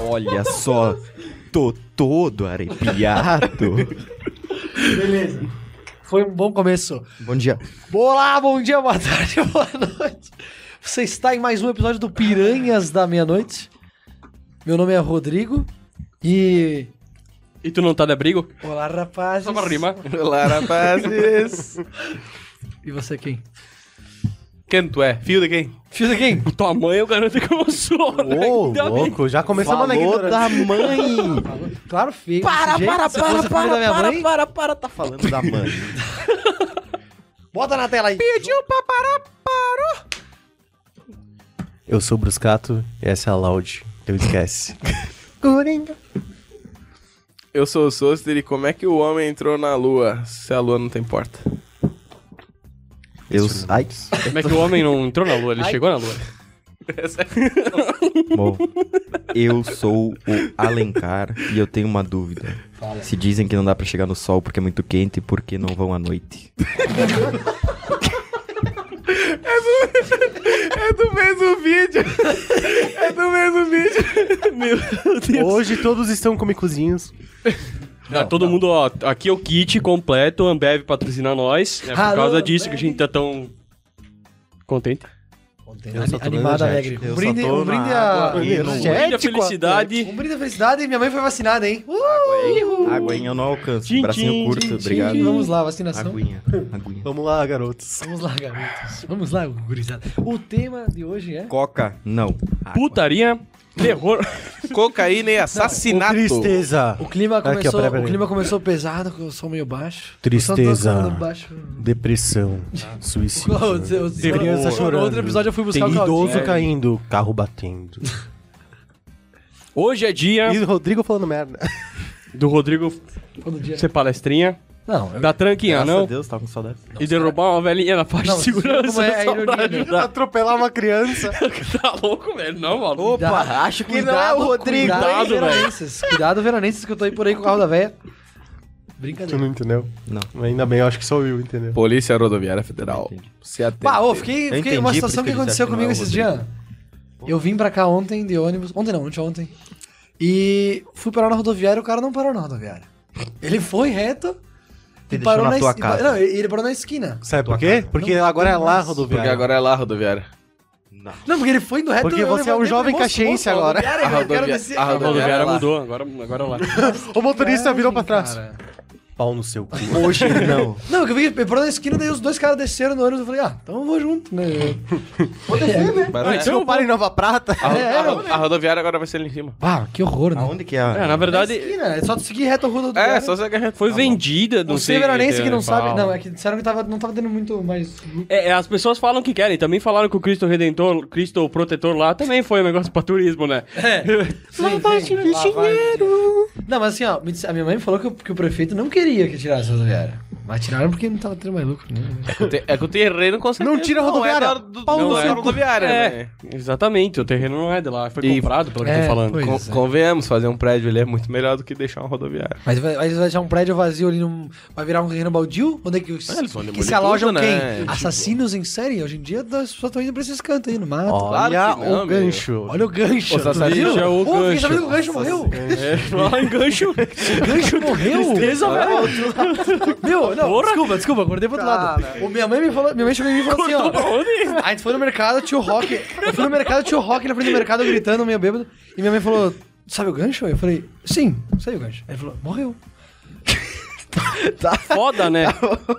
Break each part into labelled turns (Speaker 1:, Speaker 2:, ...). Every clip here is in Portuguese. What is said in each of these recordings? Speaker 1: Olha só, tô todo arrepiado.
Speaker 2: Beleza. Foi um bom começo.
Speaker 1: Bom dia.
Speaker 2: Olá, bom dia, boa tarde, boa noite. Você está em mais um episódio do Piranhas da Meia-Noite. Meu nome é Rodrigo e.
Speaker 3: E tu não tá de abrigo?
Speaker 2: Olá, rapazes.
Speaker 3: Só pra rimar.
Speaker 1: Olá, rapazes.
Speaker 2: E você quem?
Speaker 3: Quem tu é? Filho de quem?
Speaker 2: Filho de quem?
Speaker 3: Tua mãe eu garanto que eu não sou. né?
Speaker 1: Ô,
Speaker 3: Ainda bem.
Speaker 1: louco, já começamos
Speaker 4: Falou
Speaker 1: na da mãe.
Speaker 2: Claro, feio. desse jeito, se fosse filho da minha mãe.
Speaker 4: para, para, tá falando.
Speaker 1: da mãe.
Speaker 2: Bota na tela aí.
Speaker 1: Pediu pra parar.
Speaker 4: Eu sou o Bruscato e essa é a Loud. Eu esquece.
Speaker 3: Eu sou o Soster e como é que o homem entrou na lua se a lua não tem porta?
Speaker 1: Eu. Ai.
Speaker 3: Como é que o homem não entrou na lua? Ele
Speaker 2: Ai.
Speaker 3: chegou na lua.
Speaker 1: Bom, eu sou o Alencar e eu tenho uma dúvida. Se dizem que não dá pra chegar no sol porque é muito quente, por que não vão à noite?
Speaker 3: É do mesmo vídeo. É do mesmo vídeo. Meu Deus.
Speaker 4: Hoje todos estão comicozinhos.
Speaker 3: todo mundo, ó, aqui é o kit completo, Ambev patrocina nós. É por
Speaker 2: Alô,
Speaker 3: causa disso que a gente tá tão contente.
Speaker 4: Eu só tô
Speaker 2: Animado,
Speaker 4: dando
Speaker 2: alegre.
Speaker 4: jet. Eu
Speaker 2: Um brinde,
Speaker 4: só tô
Speaker 2: um brinde
Speaker 4: na
Speaker 2: a.
Speaker 4: água e no-
Speaker 2: energético.
Speaker 3: Brinde a felicidade.
Speaker 2: Um brinde à felicidade e minha mãe foi vacinada, hein? Uh!
Speaker 1: Aguinha eu não alcanço.
Speaker 3: Tchim,
Speaker 1: Bracinho
Speaker 3: tchim,
Speaker 4: Ah,
Speaker 1: curto,
Speaker 3: tchim,
Speaker 1: obrigado.
Speaker 3: tchim.
Speaker 2: Vamos lá, vacinação.
Speaker 1: Aguinha, aguinha.
Speaker 4: Vamos lá, garotos.
Speaker 2: Vamos lá, garotos. Vamos lá, gurizada. O tema de hoje é.
Speaker 1: Coca, não.
Speaker 3: Putaria, terror.
Speaker 5: Cocaína e assassinato.
Speaker 4: Tristeza.
Speaker 2: O clima
Speaker 4: Aqui, ó,
Speaker 2: começou,
Speaker 4: peraí, peraí.
Speaker 2: o clima começou pesado, que eu sou meio baixo.
Speaker 4: Tristeza.
Speaker 2: Eu só tô falando baixo.
Speaker 4: Depressão. Suicídio.
Speaker 2: O- o- o-
Speaker 4: Criança
Speaker 2: o-
Speaker 4: chorando.
Speaker 2: No outro episódio eu fui
Speaker 4: Tem
Speaker 2: buscar o Claudinho.
Speaker 4: idoso caindo, carro batendo.
Speaker 3: Hoje é dia
Speaker 4: E o Rodrigo falando merda.
Speaker 3: do Rodrigo
Speaker 2: Todo dia.
Speaker 3: ser palestrinha,
Speaker 2: Não,
Speaker 1: é
Speaker 2: eu...
Speaker 3: da tranquinha,
Speaker 1: Graças
Speaker 3: não?
Speaker 1: a Deus, tava com saudade.
Speaker 3: E derrubar uma velhinha na faixa
Speaker 2: Não,
Speaker 3: de
Speaker 2: como
Speaker 3: segurança.
Speaker 2: é a
Speaker 3: só
Speaker 2: ironia,
Speaker 3: pra
Speaker 2: né?
Speaker 3: ajudar.
Speaker 4: Atropelar uma criança.
Speaker 3: tá louco, velho? Não, maluco.
Speaker 1: Opa, acho que não é o Rodrigo.
Speaker 2: cuidado,
Speaker 3: Cuidado, velho.
Speaker 2: veranenses. Cuidado, veranenses, que eu tô aí por aí com o carro da véia.
Speaker 4: Tu
Speaker 2: Brincadeira.
Speaker 4: não entendeu?
Speaker 1: Não.
Speaker 4: Ainda bem, eu acho que só eu, entendeu?
Speaker 5: Polícia Rodoviária Federal. é- Se atende.
Speaker 2: Pá, ô, fiquei,
Speaker 1: Eu
Speaker 2: fiquei uma
Speaker 1: entendi
Speaker 2: situação
Speaker 1: porque
Speaker 2: que
Speaker 1: eles
Speaker 2: aconteceu
Speaker 1: acham que
Speaker 2: comigo
Speaker 1: não é o
Speaker 2: esses dias. Eu vim pra cá ontem de ônibus. Ontem não, ontem ontem. E fui parar na rodoviária e o cara não parou na rodoviária. Ele foi reto.
Speaker 1: Te
Speaker 2: e
Speaker 1: deixou
Speaker 2: parou
Speaker 1: na tua
Speaker 2: es-
Speaker 1: casa.
Speaker 2: Não, ele ele parou na esquina.
Speaker 4: Sabe por quê? Porque
Speaker 2: Não
Speaker 4: agora é
Speaker 2: tem
Speaker 4: lá,
Speaker 2: mais.
Speaker 4: rodoviária.
Speaker 5: Porque agora é lá a rodoviária.
Speaker 2: Não, porque ele foi no reto.
Speaker 4: Porque
Speaker 2: eu
Speaker 4: você é um
Speaker 2: levantei e falei,
Speaker 4: jovem
Speaker 2: "Moço,
Speaker 4: caxiense
Speaker 2: moço,
Speaker 4: agora."
Speaker 2: rodoviária, eu
Speaker 5: A
Speaker 2: quero é
Speaker 5: rodovia-
Speaker 2: descer
Speaker 5: a é
Speaker 2: aqui.
Speaker 3: A rodoviária
Speaker 5: lá.
Speaker 3: mudou, agora, agora
Speaker 2: é
Speaker 3: lá.
Speaker 4: O motorista virou pra trás.
Speaker 2: Cara.
Speaker 4: É, Pau no seu cu.
Speaker 1: Hoje não.
Speaker 2: Não, que eu vi que ele parou na esquina, daí os dois caras desceram no ônibus. Eu falei, ah, então eu vou junto, né? Vou descer, né?
Speaker 4: Antes que eu pare em Nova Prata.
Speaker 5: é- A, ro-
Speaker 2: É,
Speaker 5: a ro- a rodoviária agora vai ser ali em cima.
Speaker 2: Ah, que horror, né?
Speaker 1: Aonde que é? a-
Speaker 3: É, na
Speaker 2: Na
Speaker 3: verdade,
Speaker 2: esquina, é só seguir reto a rua do
Speaker 5: É, só se agarrar.
Speaker 3: foi vendida, não
Speaker 2: Você
Speaker 3: sei.
Speaker 2: veranense que não sabe.
Speaker 3: né, fala.
Speaker 2: Não, é que disseram que tava, não tava tendo muito mais.
Speaker 3: É, é, as pessoas falam que querem. Também falaram que o Cristo Redentor, Cristo Protetor lá também foi um negócio pra turismo, né?
Speaker 2: É. Lavagem de dinheiro. Não, mas assim, ó, me disse- a minha mãe falou que o, que o prefeito não queria que tirasse a rodoviária. Mas tiraram porque não tava tendo mais lucro, né?
Speaker 5: É que o terreno com certeza
Speaker 4: Não tira a
Speaker 5: Não é
Speaker 4: rodoviária.
Speaker 5: da, do,
Speaker 4: Pau
Speaker 5: não
Speaker 4: no
Speaker 5: é
Speaker 4: seu
Speaker 5: da
Speaker 4: cu.
Speaker 5: rodoviária,
Speaker 3: É,
Speaker 5: né?
Speaker 3: exatamente. O terreno não é de lá. Foi
Speaker 5: E-
Speaker 3: comprado, pelo que eu
Speaker 2: É,
Speaker 3: tô falando.
Speaker 2: pois.
Speaker 5: Con- Convenhamos, fazer um prédio ali é muito melhor do que deixar uma rodoviária.
Speaker 2: Mas vai, vai deixar um prédio vazio ali, num, vai virar um terreno baldio? Onde é que, os-
Speaker 5: Ah, eles vão
Speaker 2: que
Speaker 5: demolir
Speaker 2: se alojam
Speaker 5: tudo,
Speaker 2: quem?
Speaker 5: né? Tipo-
Speaker 2: Assassinos em série? Hoje em dia as pessoas estão indo pra esses cantos aí no mato.
Speaker 4: Olha
Speaker 5: Claro que não, meu.
Speaker 4: o gancho.
Speaker 2: Olha o gancho.
Speaker 5: Os
Speaker 2: tu
Speaker 5: assassinos
Speaker 2: viu?
Speaker 3: é o
Speaker 2: Ô, fiquei
Speaker 3: gancho.
Speaker 2: sabendo que o gancho morreu.
Speaker 3: É, lá em gancho.
Speaker 2: O gancho morreu.
Speaker 3: Tristeza, velho.
Speaker 2: Meu, não,
Speaker 3: Porra.
Speaker 2: desculpa, desculpa, acordei pro outro lado. O minha mãe me falou, minha mãe chegou em mim e falou assim, ó. A gente foi no mercado, tio Rock. Eu fui no mercado, tio Rock na frente do mercado, eu gritando, meio bêbado. E minha mãe falou, sabe o gancho? Eu falei, sim, sei o gancho. Aí ele falou, morreu.
Speaker 3: Foda, né?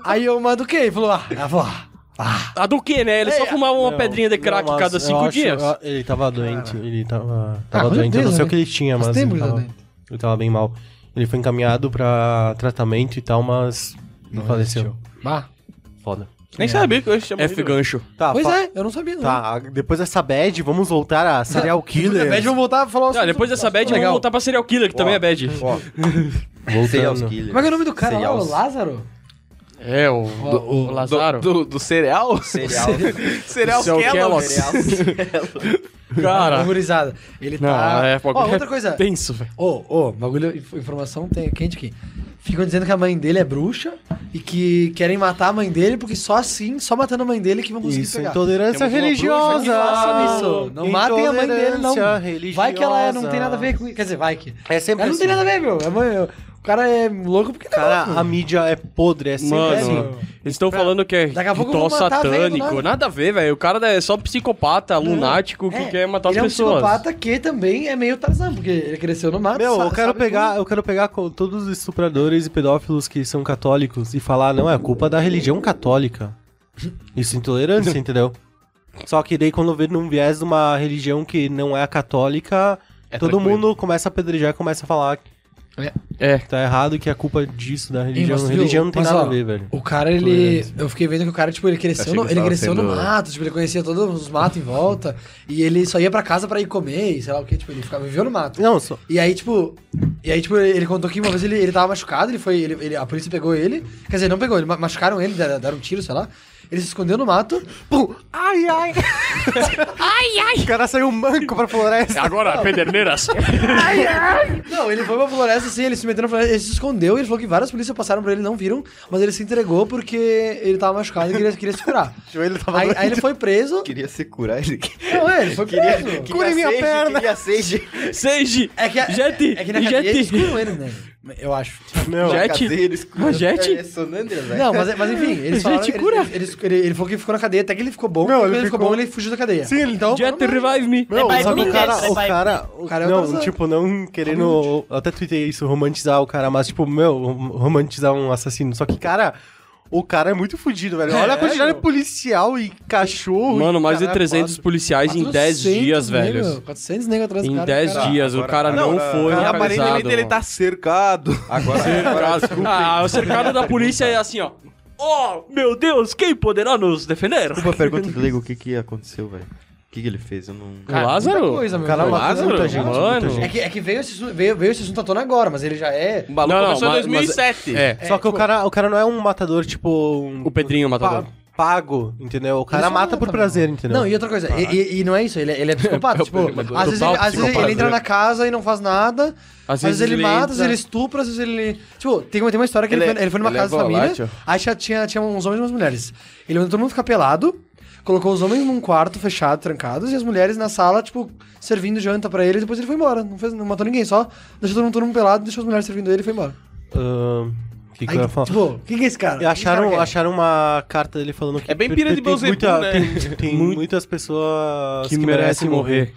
Speaker 2: Aí eu maduquei, ele falou, ah, ela falou, ah. ah.
Speaker 3: A do que, né? Ele
Speaker 5: É.
Speaker 3: só fumava uma
Speaker 4: Não,
Speaker 3: pedrinha de crack
Speaker 4: não,
Speaker 3: cada
Speaker 4: mas eu
Speaker 3: cinco
Speaker 4: acho-
Speaker 3: dias.
Speaker 4: eu- ele tava doente, ele tava, tava
Speaker 2: Ah,
Speaker 4: doente, eu não
Speaker 2: Deus,
Speaker 4: sei
Speaker 2: né?
Speaker 4: o que ele tinha,
Speaker 2: Faz
Speaker 4: mas
Speaker 2: tempo
Speaker 4: ele
Speaker 2: que ele tá
Speaker 4: tava,
Speaker 2: doente.
Speaker 4: ele tava bem mal. Ele foi encaminhado pra tratamento e tal, mas não, faleceu.
Speaker 2: Bah.
Speaker 4: Foda.
Speaker 5: Nem sabia que hoje tinha
Speaker 3: F
Speaker 5: morrido.
Speaker 3: gancho.
Speaker 4: Tá,
Speaker 2: Pois
Speaker 4: fa-
Speaker 2: é, eu não sabia. não.
Speaker 4: Tá, a- depois dessa bad, vamos voltar a serial killer.
Speaker 2: Depois da bad, vamos voltar a falar o
Speaker 3: Ah,
Speaker 2: assunto-
Speaker 3: depois
Speaker 5: um
Speaker 3: dessa bad,
Speaker 2: legal.
Speaker 3: vamos voltar pra serial killer, que também é bad.
Speaker 1: Ó,
Speaker 4: Voltando.
Speaker 1: serial killer.
Speaker 2: Como é que é o nome do cara
Speaker 1: Sei
Speaker 2: lá? O
Speaker 1: aos-
Speaker 2: Lázaro?
Speaker 3: É, o, o Lazaro.
Speaker 5: Do, do, do cereal?
Speaker 1: Cereal.
Speaker 5: cereal
Speaker 3: Seu
Speaker 5: Kellogg's.
Speaker 3: Kellogg's. Cara,
Speaker 2: Amorizada. Ele
Speaker 3: Não,
Speaker 2: tá.
Speaker 3: é,
Speaker 2: Ó,
Speaker 3: bagulho
Speaker 2: outra coisa.
Speaker 3: tenso, velho.
Speaker 2: Ô, ô, bagulho, inf- informação tem quente aqui. Ficam dizendo que a mãe dele é bruxa e que querem matar a mãe dele, porque só assim, só matando a mãe dele que vão conseguir
Speaker 4: Isso,
Speaker 2: pegar.
Speaker 4: intolerância
Speaker 2: Temos uma bruxa que
Speaker 4: religiosa.
Speaker 2: faça isso. Não matem a mãe dele, não.
Speaker 4: Intolerância
Speaker 2: Vai que ela é- não tem
Speaker 4: religiosa.
Speaker 2: nada a ver com isso. Quer dizer, vai que.
Speaker 4: É sempre
Speaker 2: Ela não tem
Speaker 4: assim.
Speaker 2: nada a ver, meu. É mãe- o cara é louco porque não é
Speaker 4: Cara,
Speaker 2: louco.
Speaker 4: a mídia é podre, é sempre
Speaker 3: Mano,
Speaker 4: assim.
Speaker 3: eles estão falando que é
Speaker 2: Daqui a pouco
Speaker 3: ritual
Speaker 2: eu vou matar a velha do
Speaker 3: satânico.
Speaker 2: nada.
Speaker 3: nada a ver, velho. O cara é só psicopata, lunático, que
Speaker 2: É,
Speaker 3: quer matar as
Speaker 2: ele é um
Speaker 3: pessoas.
Speaker 2: psicopata que também é meio Tarzan, porque ele cresceu no mato.
Speaker 4: Meu,
Speaker 2: sa-
Speaker 4: eu quero
Speaker 2: sabe é?
Speaker 4: pegar,
Speaker 2: tudo.
Speaker 4: eu quero pegar com todos os estupradores e pedófilos que são católicos e falar, não, é culpa da religião católica. Isso é intolerância, entendeu? Só que daí quando vê num viés de uma religião que não é a católica, todo
Speaker 5: tranquilo.
Speaker 4: mundo começa a apedrejar e começa a falar que
Speaker 3: É.
Speaker 4: tá errado, que é culpa disso, da
Speaker 2: Ih,
Speaker 4: religião.
Speaker 2: mas tu viu?
Speaker 4: religião não tem
Speaker 2: Mas,
Speaker 4: nada
Speaker 2: ó,
Speaker 4: a ver, velho.
Speaker 2: O cara, ele. Eu fiquei vendo que o cara, tipo, ele cresceu,
Speaker 5: Achei
Speaker 2: no,
Speaker 5: que
Speaker 2: ele
Speaker 5: tava
Speaker 2: cresceu no
Speaker 5: sendo-
Speaker 2: mato, tipo, ele conhecia todos os matos em volta. e ele só ia pra casa pra ir comer, e sei lá o que, tipo, ele ficava viveu no mato.
Speaker 4: Não, só...
Speaker 2: E aí, tipo. E aí, tipo, ele contou que uma vez ele, ele tava machucado, ele foi. Ele, ele- a polícia pegou ele. Quer dizer, não pegou, ele, ma- machucaram ele, deram, deram um tiro, sei lá. Ele se escondeu no mato. Pum!
Speaker 4: Ai, ai! ai, ai! O cara saiu manco pra floresta.
Speaker 3: Agora, pederneiras.
Speaker 2: Não, ele foi pra floresta assim, ele se meteu na floresta, ele se escondeu, ele falou que várias polícias passaram por ele, não viram, mas ele se entregou porque ele tava machucado e queria, queria se curar.
Speaker 1: joelho tava
Speaker 2: Aí, aí ele foi preso.
Speaker 1: Queria se curar ele.
Speaker 2: Não, é, ele foi preso.
Speaker 1: Cure minha perna. Queria seja.
Speaker 3: Seiji,
Speaker 2: É que, a-
Speaker 3: Jet,
Speaker 2: é que na cadeia eles
Speaker 3: Jet,
Speaker 2: curam ele, né? Eu acho.
Speaker 4: Meu,
Speaker 3: Já- Jet?
Speaker 1: escura.
Speaker 3: Jet?
Speaker 1: É, é sonândria, velho.
Speaker 2: Não, mas, mas enfim, eles
Speaker 3: Gente,
Speaker 2: falaram... ele-
Speaker 3: cura.
Speaker 2: Ele, ele- ele- ele falou que ficou na cadeia até que ele ficou bom.
Speaker 4: Não,
Speaker 2: e quando
Speaker 4: ele
Speaker 2: ele ficou
Speaker 4: ficou-
Speaker 2: bom, ele fugiu da cadeia.
Speaker 4: Sim, ele- tá
Speaker 2: então,
Speaker 3: Jet Revive Me.
Speaker 4: Não,
Speaker 6: Vai
Speaker 4: só que o
Speaker 6: Minas,
Speaker 4: cara, o
Speaker 6: vai-
Speaker 4: cara,
Speaker 2: O cara é
Speaker 4: não,
Speaker 2: atrasado.
Speaker 4: tipo, não querendo, eu até tuitei isso, romantizar o cara, mas tipo, meu, romantizar um assassino, só que cara, o cara é muito fudido, velho. Olha a
Speaker 2: É,
Speaker 4: quantidade de
Speaker 2: meu.
Speaker 4: policial e cachorro.
Speaker 3: Mano,
Speaker 4: e
Speaker 3: mais de
Speaker 4: cara,
Speaker 3: 300
Speaker 4: foda.
Speaker 3: policiais em 10
Speaker 2: 400
Speaker 3: dias,
Speaker 2: nego,
Speaker 3: velho.
Speaker 2: 400 negros atrás do
Speaker 3: Em
Speaker 2: cara,
Speaker 3: 10
Speaker 2: cara.
Speaker 3: dias, o cara
Speaker 5: Tá, Agora-
Speaker 3: não foi
Speaker 5: Cara,
Speaker 3: localizado.
Speaker 5: aparentemente ele tá cercado.
Speaker 1: Agora, agora desculpa.
Speaker 3: Ah, o cercado da polícia é assim, ó. Oh, meu Deus, quem poderá nos defender?
Speaker 1: Desculpa a pergunta do Lego, o que que aconteceu, velho? O que que ele fez? Eu não...
Speaker 3: O Lázaro?
Speaker 2: Muita coisa, meu.
Speaker 4: Cara,
Speaker 2: Muita
Speaker 4: Lázaro,
Speaker 2: coisa, muita gente.
Speaker 3: mano.
Speaker 2: É que, é que veio, esse, assunto- veio, veio esse assunto à tona agora, mas ele já é.
Speaker 5: O maluco
Speaker 3: Não, não,
Speaker 5: começou em
Speaker 3: mas- mas-
Speaker 5: 2007.
Speaker 3: É,
Speaker 4: Só que
Speaker 2: tipo-
Speaker 4: o cara, o cara não é um matador, tipo, um
Speaker 3: o Pedrinho é
Speaker 4: pa-
Speaker 3: matador.
Speaker 4: pago, entendeu? O
Speaker 2: Ele
Speaker 4: cara
Speaker 2: só
Speaker 4: mata por
Speaker 2: meu.
Speaker 4: prazer, entendeu?
Speaker 2: é um
Speaker 4: Ah.
Speaker 2: Não, e outra coisa, e, e- e não é isso, ele, é- ele é psicopata. tipo,
Speaker 3: total
Speaker 2: às vezes, ele, às vezes
Speaker 3: psicopata.
Speaker 2: ele entra na casa e não faz nada, às vezes, ele, mata, às vezes ele estupra, às vezes ele. Tipo, tem uma, tem uma história que ele,
Speaker 5: Ele
Speaker 2: foi,
Speaker 5: é-
Speaker 2: ele foi numa
Speaker 5: ele é
Speaker 2: casa de família,
Speaker 5: volátil?
Speaker 2: aí tinha, tinha, tinha uns homens e umas mulheres. Ele mandou todo mundo ficar pelado, colocou os homens num quarto fechado, trancados, e as mulheres na sala, tipo, servindo janta pra ele, e depois ele foi embora. Não, fez, não matou ninguém, só deixou todo mundo, todo mundo pelado, deixou as mulheres servindo ele e foi embora.
Speaker 4: Ahn, o que, que
Speaker 2: Aí,
Speaker 4: eu ia falar?
Speaker 2: tipo, o que, que é esse cara?
Speaker 4: E acharam,
Speaker 2: Esse cara
Speaker 4: acharam uma carta dele falando que
Speaker 5: É bem
Speaker 4: pe-
Speaker 5: pira de
Speaker 4: tem
Speaker 5: Beelzebub,
Speaker 4: muita-
Speaker 5: né?
Speaker 4: Tem, tem muitas pessoas
Speaker 3: que, merecem morrer.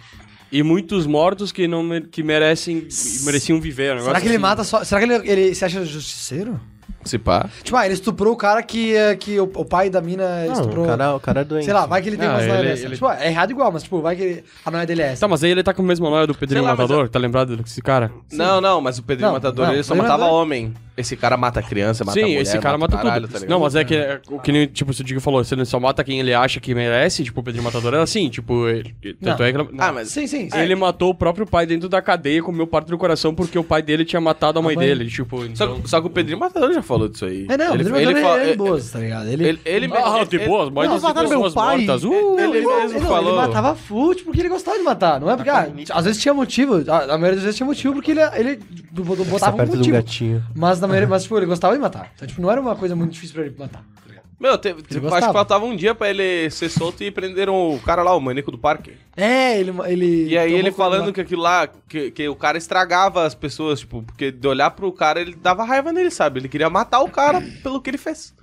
Speaker 3: E muitos mortos que não mere- que merecem mereciam viver. é um
Speaker 2: que é?
Speaker 3: negócio
Speaker 2: Será que ele
Speaker 3: assim.
Speaker 2: mata só. Será que ele, ele se acha justiceiro?
Speaker 5: Se pá.
Speaker 2: Tipo, ah, ele estuprou o cara que, eh, que o, o pai da mina
Speaker 4: Não,
Speaker 2: estuprou.
Speaker 4: o, cara, o cara é doente.
Speaker 2: Sei lá, vai que ele tem
Speaker 3: Ah,
Speaker 2: umas noias
Speaker 3: ele-
Speaker 2: dessa.
Speaker 3: ele-
Speaker 2: Tipo, é errado igual, mas tipo, vai que ele- a noia dele é essa.
Speaker 3: Tá, mas aí ele tá com o mesmo nóia do Pedrinho
Speaker 5: Sei lá, mas
Speaker 3: Matador, tá lembrado desse cara?
Speaker 5: Não, não, mas o Pedrinho
Speaker 2: Não,
Speaker 5: Matador,
Speaker 2: não,
Speaker 5: ele só
Speaker 2: Pedrinho
Speaker 5: matava
Speaker 2: Matador.
Speaker 5: homem. Esse cara mata criança, mata
Speaker 3: Sim,
Speaker 5: mulher,
Speaker 3: esse cara mata,
Speaker 5: caralho,
Speaker 3: tudo.
Speaker 5: tá ligado?
Speaker 3: não, mas é que, é, o que nem, tipo, o Digo falou, se ele só mata quem ele acha que merece, tipo, o Pedrinho Matador era assim, tipo, ele, ele-
Speaker 2: Não.
Speaker 3: tanto é que... não-
Speaker 5: Ah, mas...
Speaker 2: Sim, sim. sim.
Speaker 3: ele matou o próprio pai dentro da cadeia e comeu parte do coração porque o pai dele tinha matado a mãe
Speaker 2: mãe.
Speaker 3: dele, tipo...
Speaker 5: Só,
Speaker 3: então-
Speaker 5: só que o Pedrinho Matador já falou disso aí.
Speaker 2: É, não, ele, ele, ele,
Speaker 5: fa-
Speaker 2: é de boas, tá ligado? Ele,
Speaker 5: ele, ele,
Speaker 3: Ah,
Speaker 5: ele-
Speaker 3: de boas, mas
Speaker 4: Não,
Speaker 3: as
Speaker 4: mataram meu
Speaker 3: pessoas
Speaker 4: pai.
Speaker 3: mortas, uh!
Speaker 5: ele- ele mesmo
Speaker 2: não,
Speaker 5: falou.
Speaker 2: ele matava full, tipo, porque ele gostava de matar. Não é porque, ah, às vezes tinha motivo. A, a maioria das vezes tinha motivo porque ele, ele bot-
Speaker 4: Tá
Speaker 2: botava um
Speaker 4: perto de um
Speaker 2: motivo.
Speaker 4: gatinho.
Speaker 2: mas, na maioria, mas, tipo, ele gostava de matar. Então, tipo, não era uma coisa muito difícil pra ele matar. tá ligado?
Speaker 5: Meu, teve, teve- acho
Speaker 2: gostava.
Speaker 5: que faltava um dia pra ele ser solto e prenderam o cara lá, o maníaco do parque.
Speaker 2: É, ele. ele
Speaker 5: E aí
Speaker 2: tomou
Speaker 5: ele
Speaker 2: fogo lá.
Speaker 5: falando que aquilo lá, que, que o cara estragava as pessoas, tipo, porque de olhar pro cara ele dava raiva nele, sabe? Ele queria matar o cara pelo que ele fez.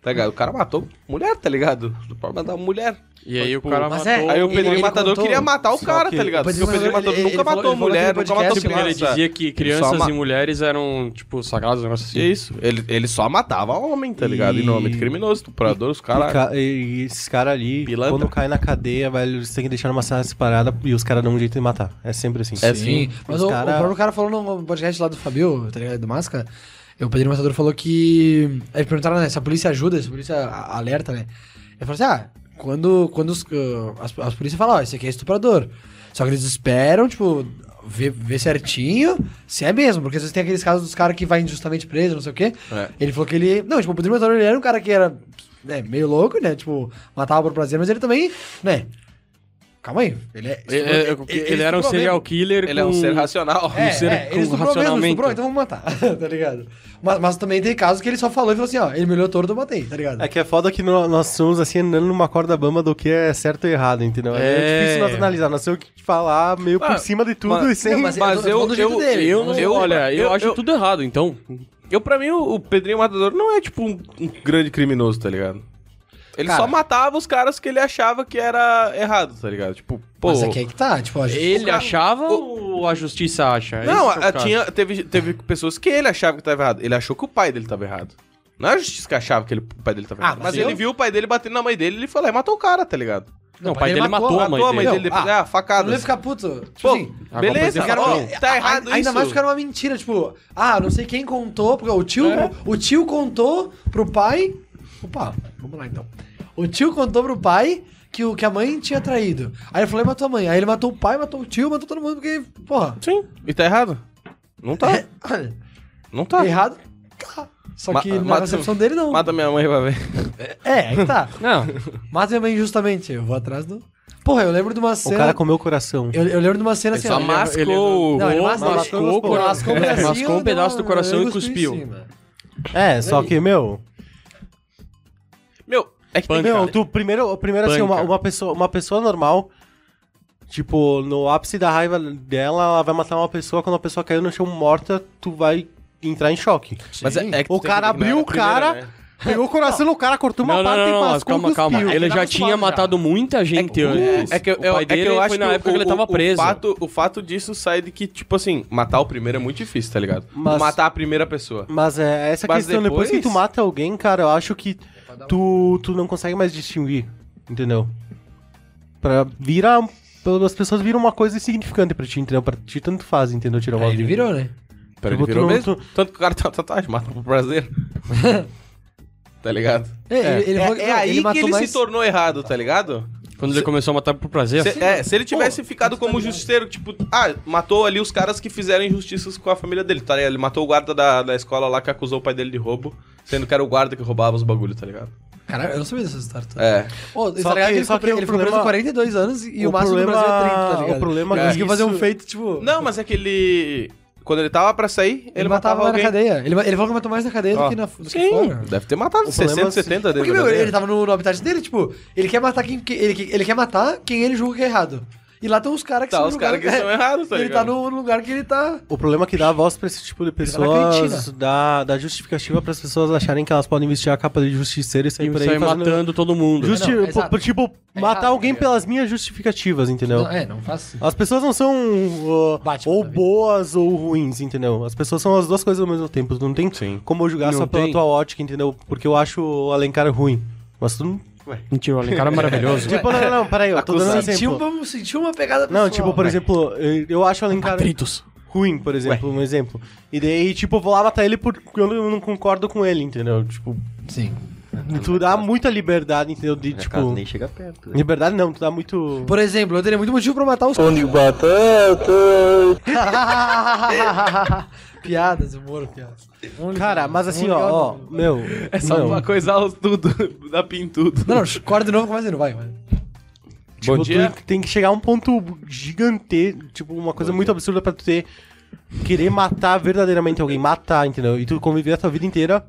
Speaker 5: Tá ligado? O cara matou mulher, tá ligado? Pra matar mulher.
Speaker 3: E aí
Speaker 5: Tipo,
Speaker 3: o cara
Speaker 2: mas
Speaker 3: matou...
Speaker 2: é,
Speaker 5: Aí o
Speaker 2: Ele-
Speaker 5: Pedrinho
Speaker 2: ele
Speaker 5: Matador
Speaker 2: contou-
Speaker 5: queria matar o
Speaker 4: só
Speaker 5: cara,
Speaker 4: que
Speaker 5: tá ligado?
Speaker 2: o
Speaker 5: Porque o
Speaker 2: Pedrinho
Speaker 5: Pedrinho
Speaker 2: Matador,
Speaker 5: Matador
Speaker 2: ele-
Speaker 5: nunca
Speaker 2: ele
Speaker 5: matou
Speaker 2: falou- ele falou
Speaker 5: mulher,
Speaker 2: no
Speaker 5: nunca
Speaker 2: podcast,
Speaker 5: matou
Speaker 2: tipo,
Speaker 3: Tipo, ele
Speaker 5: criança.
Speaker 3: dizia que crianças
Speaker 5: ma-
Speaker 3: e mulheres eram, tipo, sagradas, um negócio
Speaker 5: E
Speaker 3: assim.
Speaker 5: é isso. Ele, ele só matava homem, tá ligado? E,
Speaker 4: E-
Speaker 5: normalmente criminoso, estuprador, os
Speaker 4: E,
Speaker 5: caras.
Speaker 4: ca- e- e esses caras ali,
Speaker 5: Pilantra.
Speaker 4: quando cai na cadeia, velho, eles têm que deixar numa sala separada e os caras dão um jeito de matar. É sempre assim.
Speaker 5: É sim.
Speaker 2: Mas
Speaker 4: Os
Speaker 2: o,
Speaker 4: cara-
Speaker 2: o próprio cara falou no podcast lá do Fabio, tá ligado? Do Máscara. O Pedrinho Matador falou que. Aí perguntaram, né? Se a polícia ajuda, se a polícia a- alerta, né? Ele falou assim: ah, Quando, quando os, ah, as, as polícias falam, ó, esse aqui é estuprador. Só que eles esperam, tipo, ver, ver certinho se é mesmo. Porque às vezes tem aqueles casos dos caras que vai injustamente preso, não sei o quê.
Speaker 5: É.
Speaker 2: Ele falou que ele... Não, tipo, o Pedro Montoro, ele era um cara que era né, meio louco, né? Tipo, matava por prazer, mas ele também, né... Calma aí. Ele, é,
Speaker 3: Ele, ele- ele era um
Speaker 2: estuprou
Speaker 3: serial
Speaker 2: mesmo.
Speaker 3: killer.
Speaker 5: Ele é um
Speaker 3: com-
Speaker 5: ser racional.
Speaker 2: É,
Speaker 3: ser
Speaker 2: é,
Speaker 3: com
Speaker 2: ele estuprou mesmo,
Speaker 3: racionamento.
Speaker 2: estuprou, então vamos matar, tá ligado? Mas, mas também tem casos que ele só falou e falou assim, ó, ele me olhou torto, eu matei, tá ligado?
Speaker 4: É que é foda que nó- nós somos assim andando numa corda bamba do que é certo e errado, entendeu? É,
Speaker 3: É.
Speaker 4: difícil nós analisar, nós temos que falar meio por
Speaker 5: Ah,
Speaker 4: cima de tudo
Speaker 5: mas-
Speaker 4: e sem.
Speaker 2: não,
Speaker 5: mas,
Speaker 2: mas- eu tô- eu tô
Speaker 5: eu,
Speaker 2: do
Speaker 5: eu,
Speaker 2: jeito
Speaker 5: eu,
Speaker 2: dele.
Speaker 3: Eu, eu, olha, eu, acho
Speaker 5: eu,
Speaker 3: tudo errado, então.
Speaker 5: eu, pra mim, o, o Pedrinho Matador não é, tipo, um, um grande criminoso, tá ligado? Ele
Speaker 2: Cara.
Speaker 5: só matava os caras que ele achava que era errado, tá ligado? Tipo, pô...
Speaker 2: Mas é que aí que tá, tipo, a gente-
Speaker 3: Ele
Speaker 5: cara-
Speaker 3: achava ou a justiça acha?
Speaker 5: Não,
Speaker 3: Esse é o
Speaker 5: a-
Speaker 3: caso.
Speaker 5: tinha, teve, teve pessoas que ele achava que tava errado. Ele achou que o pai dele tava errado. Não é a justiça que achava que ele- o pai dele tava
Speaker 2: Ah,
Speaker 5: errado.
Speaker 2: mas
Speaker 5: Mas
Speaker 2: eu-
Speaker 5: ele viu o pai dele batendo na mãe dele e ele foi lá e matou o cara, tá ligado?
Speaker 3: Não, o pai dele matou, a mãe
Speaker 5: matou a mãe
Speaker 3: dele.
Speaker 5: dele,
Speaker 2: Não,
Speaker 5: depois,
Speaker 2: ah,
Speaker 5: ah,
Speaker 2: Não
Speaker 5: facada.
Speaker 2: ia ficar puto. Tipo
Speaker 5: Pô,
Speaker 2: assim,
Speaker 5: beleza,
Speaker 3: Agora,
Speaker 5: pô,
Speaker 3: por
Speaker 2: é,
Speaker 5: tá
Speaker 2: a-
Speaker 5: errado isso.
Speaker 2: Ainda mais ficar uma mentira, tipo, ah, não sei quem contou, porque o tio,
Speaker 5: É.
Speaker 2: o tio contou pro pai. Opa, vamos lá então. O tio contou pro pai que, o, que a mãe tinha traído. Aí ele falou, e matou a mãe. Aí ele matou o pai, matou o tio, matou todo mundo, porque, porra.
Speaker 5: Sim, e tá errado? Não tá, não tá.
Speaker 2: É, Errado. Tá. Só
Speaker 5: Ma- ah,
Speaker 2: que na
Speaker 5: mata-
Speaker 2: concepção dele, não.
Speaker 5: Mata minha mãe, vai ver.
Speaker 2: É, aí tá.
Speaker 3: Não,
Speaker 2: Mata minha mãe injustamente. Eu vou atrás do. Porra, eu lembro de uma
Speaker 4: O
Speaker 5: é.
Speaker 2: cena.
Speaker 4: cara comeu o coração.
Speaker 2: eu, eu lembro de uma cena
Speaker 5: Ele
Speaker 2: assim.
Speaker 5: só
Speaker 2: ó,
Speaker 5: mata- Mascou
Speaker 3: ele-
Speaker 5: o
Speaker 2: Não, ele
Speaker 3: Ou
Speaker 2: mascou,
Speaker 4: mascou
Speaker 2: mascou,
Speaker 4: o coração.
Speaker 2: o pedacinho,
Speaker 3: Mascou um pedaço do
Speaker 2: não,
Speaker 3: coração
Speaker 2: ele
Speaker 3: e cuspiu.
Speaker 2: em cima.
Speaker 4: É, só que, meu.
Speaker 5: Meu, é que tem...
Speaker 3: Panca.
Speaker 4: Meu, tu primeiro, primeiro assim,
Speaker 3: Panca.
Speaker 4: uma, uma pessoa, uma pessoa normal, tipo, no ápice da raiva dela, ela vai matar uma pessoa, quando a pessoa caiu no chão morta, tu vai entrar em choque.
Speaker 5: Mas é, é que
Speaker 4: O
Speaker 5: tem que ignorar
Speaker 4: cara abriu o
Speaker 5: a primeira,
Speaker 4: cara,
Speaker 5: né?
Speaker 4: pegou o coração no cara, cortou uma
Speaker 3: não, não,
Speaker 4: parte
Speaker 3: não, não,
Speaker 4: e
Speaker 3: mas
Speaker 4: passou
Speaker 3: calma, calma.
Speaker 2: cuspiu.
Speaker 3: Ele
Speaker 2: Ele tá
Speaker 3: já tinha
Speaker 2: acostumado já.
Speaker 3: matado muita gente antes.
Speaker 5: É que eu,
Speaker 3: o pai
Speaker 5: é
Speaker 3: dele
Speaker 5: que eu acho
Speaker 3: foi na época que ele tava preso.
Speaker 5: O fato, o fato disso sai de que, tipo assim, matar o primeiro é muito difícil, tá ligado?
Speaker 4: Mas-
Speaker 5: Matar a primeira pessoa.
Speaker 4: Mas é essa
Speaker 5: Mas
Speaker 4: questão, depois... que
Speaker 5: depois-
Speaker 4: tu mata alguém, cara, eu acho que tu, tu não consegue mais distinguir, entendeu? Pra vira, as pessoas viram uma coisa insignificante pra ti, entendeu? Pra ti tanto faz, entendeu? Tirar uma
Speaker 2: Aí ele virou, né?
Speaker 5: Pera, ele
Speaker 4: Tipo, tu
Speaker 5: virou
Speaker 4: não-
Speaker 5: mesmo?
Speaker 4: tu-
Speaker 5: Tanto que o cara tá, tem uma tatuagem, mata por prazer. tá ligado?
Speaker 2: É, ele, ele
Speaker 5: é
Speaker 2: falou que,
Speaker 5: é
Speaker 2: não,
Speaker 5: aí
Speaker 2: ele
Speaker 5: que
Speaker 2: matou
Speaker 5: ele
Speaker 2: mais...
Speaker 5: se tornou errado, tá ligado?
Speaker 3: Quando ele começou a matar por prazer.
Speaker 5: Se, é, se ele tivesse ficado como justiceiro, tipo, ah, matou ali os caras que fizeram injustiças com a família dele, tá ligado? Ele matou o guarda da, da escola lá que acusou o pai dele de roubo, sendo que era o guarda que roubava os bagulho, tá ligado?
Speaker 2: Caralho, eu não sabia dessa história. toda.
Speaker 5: É.
Speaker 2: Ô,
Speaker 4: Só
Speaker 2: tá ligado
Speaker 4: que-
Speaker 2: que ele,
Speaker 4: só
Speaker 2: ficou
Speaker 4: que
Speaker 2: preso-
Speaker 4: o
Speaker 2: ele ficou preso
Speaker 4: problema-
Speaker 2: há 42 anos e o,
Speaker 4: o
Speaker 2: máximo do Brasil é 30, tá
Speaker 4: problema-
Speaker 2: ligado?
Speaker 4: o problema
Speaker 2: ele
Speaker 4: é
Speaker 2: conseguiu
Speaker 4: que
Speaker 2: fazer um
Speaker 4: isso-
Speaker 2: feito, tipo...
Speaker 5: Não, mas é que ele. Quando ele tava pra sair, ele,
Speaker 2: ele, matava, lá
Speaker 5: alguém.
Speaker 2: na cadeia. Ele, ma- ele falou que matou mais na cadeia
Speaker 5: Ó,
Speaker 2: do que na do que
Speaker 5: Sim,
Speaker 2: fora.
Speaker 5: deve ter matado
Speaker 4: O problema
Speaker 5: 60,
Speaker 4: é se-
Speaker 5: 70 dele.
Speaker 2: Porque, meu, ele tava no, no habitat dele, tipo... Ele quer matar quem... que- Ele, que- ele quer matar quem ele julga que é errado. E lá estão os caras que
Speaker 5: Tá,
Speaker 2: são
Speaker 5: os
Speaker 2: no
Speaker 5: caras
Speaker 2: lugar-
Speaker 5: que são errados, tá
Speaker 2: Ele tá
Speaker 5: ligado?
Speaker 2: no no lugar que ele tá...
Speaker 4: O problema é que dá voz pra esse tipo de
Speaker 2: tá na
Speaker 4: pessoas,
Speaker 2: cantina.
Speaker 4: dá, dá justificativa pras pessoas acharem que elas podem vestir a capa de justiceiro e sair
Speaker 3: E
Speaker 4: por
Speaker 3: sai
Speaker 4: aí fazendo...
Speaker 3: matando todo mundo.
Speaker 4: Justi...
Speaker 2: É, não,
Speaker 4: po-
Speaker 2: exato.
Speaker 4: tipo,
Speaker 2: É
Speaker 4: matar
Speaker 2: errado,
Speaker 4: alguém
Speaker 2: tá ligado?
Speaker 4: pelas minhas justificativas, entendeu?
Speaker 2: é, não faz...
Speaker 4: As pessoas não são uh,
Speaker 2: Batman
Speaker 4: ou
Speaker 2: da vida.
Speaker 4: boas ou ruins, entendeu? As pessoas são as duas coisas ao mesmo tempo. Tu não tem como eu julgar
Speaker 3: Não
Speaker 4: só pela
Speaker 3: tem.
Speaker 4: tua ótica, entendeu? Porque eu acho o Alencar ruim. Mas tu não...
Speaker 3: Mentira, o cara é maravilhoso.
Speaker 4: Tipo, não, não, não, peraí, eu tô dando um
Speaker 2: Sentiu
Speaker 4: exemplo.
Speaker 2: uma, sentiu uma pegada
Speaker 4: Não,
Speaker 2: pessoal.
Speaker 4: tipo, por exemplo, eu eu acho o Alencar...
Speaker 3: Atritos.
Speaker 4: ruim, por exemplo, um exemplo. E daí, tipo, eu vou lá matar ele porque eu não não concordo com ele, entendeu? Tipo,
Speaker 2: Sim.
Speaker 4: tu dá muita liberdade, entendeu? De,
Speaker 1: Minha casa
Speaker 4: tipo...
Speaker 1: nem chega perto. né?
Speaker 4: Liberdade não, tu dá muito...
Speaker 2: Por exemplo, eu teria muito motivo pra matar os piadas, humor, piadas. Vamos
Speaker 4: Cara,
Speaker 2: ligar.
Speaker 4: mas assim, ó,
Speaker 2: Vamos ligar.
Speaker 4: ó, meu...
Speaker 5: É só
Speaker 4: não.
Speaker 5: uma coisa, tudo, dá pin tudo.
Speaker 2: Não, não, corta de novo, começa de novo, vai. vai.
Speaker 4: Tipo,
Speaker 5: Bom
Speaker 4: tu
Speaker 5: dia.
Speaker 4: tem que chegar a um ponto gigante, tipo, uma coisa muito absurda pra tu ter... Querer matar verdadeiramente alguém, matar, entendeu? E tu conviver a tua vida inteira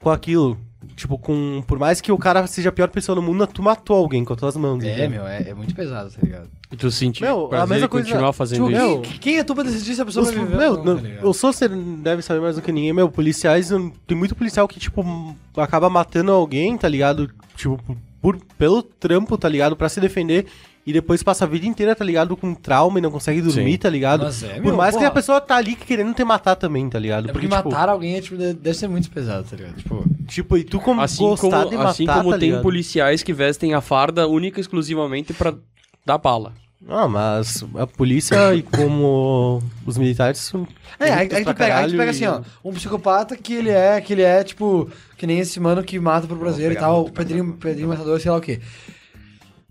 Speaker 4: com aquilo. Tipo, com... Por mais que o cara seja a pior pessoa no mundo, tu matou alguém com as tuas mãos. entendeu?
Speaker 2: meu, é, é muito pesado, tá ligado?
Speaker 3: E tu sentiu
Speaker 4: Meu, a
Speaker 3: prazer
Speaker 4: mesma
Speaker 3: em
Speaker 4: coisa-
Speaker 3: continuar fazendo
Speaker 2: Tipo,
Speaker 3: isso.
Speaker 4: meu,
Speaker 2: quem, quem é tu pra decidir se a pessoa
Speaker 4: Os,
Speaker 2: vai viver?
Speaker 4: meu,
Speaker 2: ou
Speaker 4: não,
Speaker 2: tá ligado?
Speaker 4: eu sou você deve saber mais do que ninguém, meu, policiais, não- tem muito policial que, tipo, m- acaba matando alguém, tá ligado? Tipo, por, pelo trampo, tá ligado? Pra se defender e depois passa a vida inteira, tá ligado? Com trauma e não consegue dormir, tá ligado?
Speaker 2: Mas é,
Speaker 4: por
Speaker 2: meu,
Speaker 4: mais que
Speaker 2: porra.
Speaker 4: a pessoa tá ali querendo te matar também, tá ligado?
Speaker 2: É porque
Speaker 4: tipo,
Speaker 2: matar alguém é, tipo, de- deve ser muito pesado, tá ligado? Tipo,
Speaker 4: tipo, e tu como
Speaker 3: Assim
Speaker 4: gostar
Speaker 3: como,
Speaker 4: de matar,
Speaker 3: assim como
Speaker 4: tá
Speaker 3: tem
Speaker 4: ligado?
Speaker 3: policiais que vestem a farda única e exclusivamente pra dar bala.
Speaker 4: Ah, mas a polícia e como os militares são
Speaker 2: É, aí,
Speaker 4: corruptos
Speaker 2: aí, tu
Speaker 4: pra
Speaker 2: pega, aí tu
Speaker 4: caralho
Speaker 2: pega
Speaker 4: e-
Speaker 2: assim, ó. Um psicopata que ele é, que ele é, tipo, que nem esse mano que mata por prazer e
Speaker 5: pegar
Speaker 2: tal,
Speaker 5: muito,
Speaker 2: o Pedrinho, Pedrinho Matador, sei lá o quê.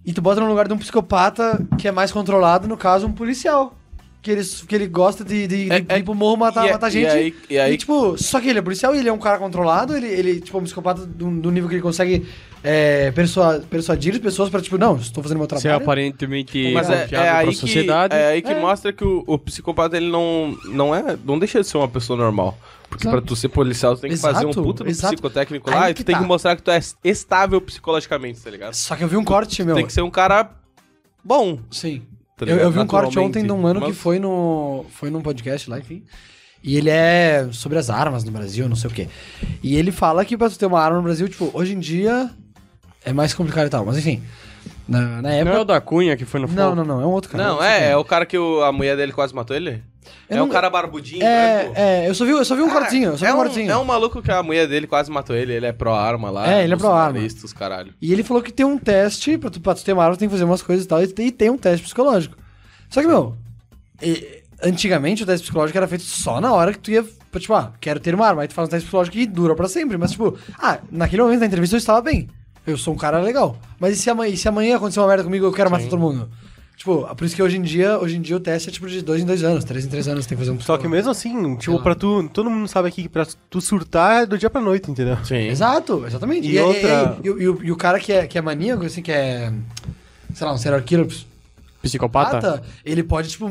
Speaker 2: E tu bota no lugar de um psicopata que é mais controlado, no caso, um policial. Que ele, que ele gosta de, de, de
Speaker 5: é-
Speaker 2: ir pro morro matar,
Speaker 5: e é-
Speaker 2: matar
Speaker 5: e
Speaker 2: gente.
Speaker 5: aí- e aí-
Speaker 2: tipo, só que ele é policial e ele é um cara controlado, ele, ele tipo, é um psicopata do, do nível que ele consegue é, persua- persuadir as pessoas pra, tipo, não, estou fazendo meu
Speaker 3: Você
Speaker 2: trabalho.
Speaker 3: é aparentemente
Speaker 5: Mas é,
Speaker 3: confiável
Speaker 5: é
Speaker 3: pra
Speaker 5: aí que,
Speaker 3: sociedade.
Speaker 5: é aí que
Speaker 2: É.
Speaker 5: mostra que o, o psicopata ele não, não é. Não deixa de ser uma pessoa normal. Porque
Speaker 2: Exato.
Speaker 5: pra tu ser policial, tu tem que fazer um
Speaker 2: Exato,
Speaker 5: puta do
Speaker 2: exato.
Speaker 5: psicotécnico
Speaker 2: Aí
Speaker 5: lá e
Speaker 2: que
Speaker 5: tu tem
Speaker 2: tá.
Speaker 5: que mostrar que tu é estável psicologicamente, tá ligado?
Speaker 2: Só que eu vi um corte, meu.
Speaker 5: Tem que ser um cara bom.
Speaker 2: Sim.
Speaker 5: tá
Speaker 2: eu,
Speaker 5: ligado?
Speaker 2: eu vi um corte
Speaker 5: Naturalmente.
Speaker 2: ontem de um mano que
Speaker 5: Mas-
Speaker 2: foi no foi num podcast lá, enfim. E ele é sobre as armas no Brasil, não sei o quê. E ele fala que pra tu ter uma arma no Brasil, tipo, hoje em dia é mais complicado e tal. Mas enfim, na, na
Speaker 3: Não é o
Speaker 2: época...
Speaker 3: da Cunha que foi no
Speaker 2: Não,
Speaker 3: fogo?
Speaker 2: não, não, é um outro cara.
Speaker 5: Não, é, é o cara que o- a mulher dele quase matou ele?
Speaker 2: Eu
Speaker 5: é
Speaker 2: não-
Speaker 5: um cara barbudinho, branco.
Speaker 2: É, é, eu só vi, eu só vi um
Speaker 5: Cara,
Speaker 2: cortinho, eu só vi
Speaker 5: é
Speaker 2: um
Speaker 5: um,
Speaker 2: cortinho.
Speaker 5: é um maluco que a mulher dele quase matou ele, ele é pró-arma lá.
Speaker 2: É, ele é pró-arma.
Speaker 5: bolsonarista, Os caralho.
Speaker 2: E ele falou que tem um teste, pra tu, pra tu ter uma arma, tu tem que fazer umas coisas e tal, e, tem- e tem um teste psicológico. Só que, meu, e- antigamente o teste psicológico era feito só na hora que tu ia, tipo, ah, quero ter uma arma, aí tu faz um teste psicológico e dura pra sempre, mas tipo, ah, naquele momento da entrevista eu estava bem, eu sou um cara legal, mas e se amanhã, e se amanhã acontecer uma merda comigo, eu quero matar todo mundo? Tipo, por isso que hoje em dia, hoje em dia o teste é tipo de dois em dois anos, três em três anos tem que fazer um
Speaker 4: Só que mesmo assim, tipo,
Speaker 2: Ah.
Speaker 4: pra tu. Todo mundo sabe aqui que pra tu surtar é do dia pra noite, entendeu?
Speaker 5: Sim.
Speaker 2: Exato, exatamente.
Speaker 4: E outra-
Speaker 2: e- e- e o- e o cara que é, que é maníaco, assim, que é, sei lá, um serial killer,
Speaker 3: Psicopata?
Speaker 2: pata, ele pode, tipo,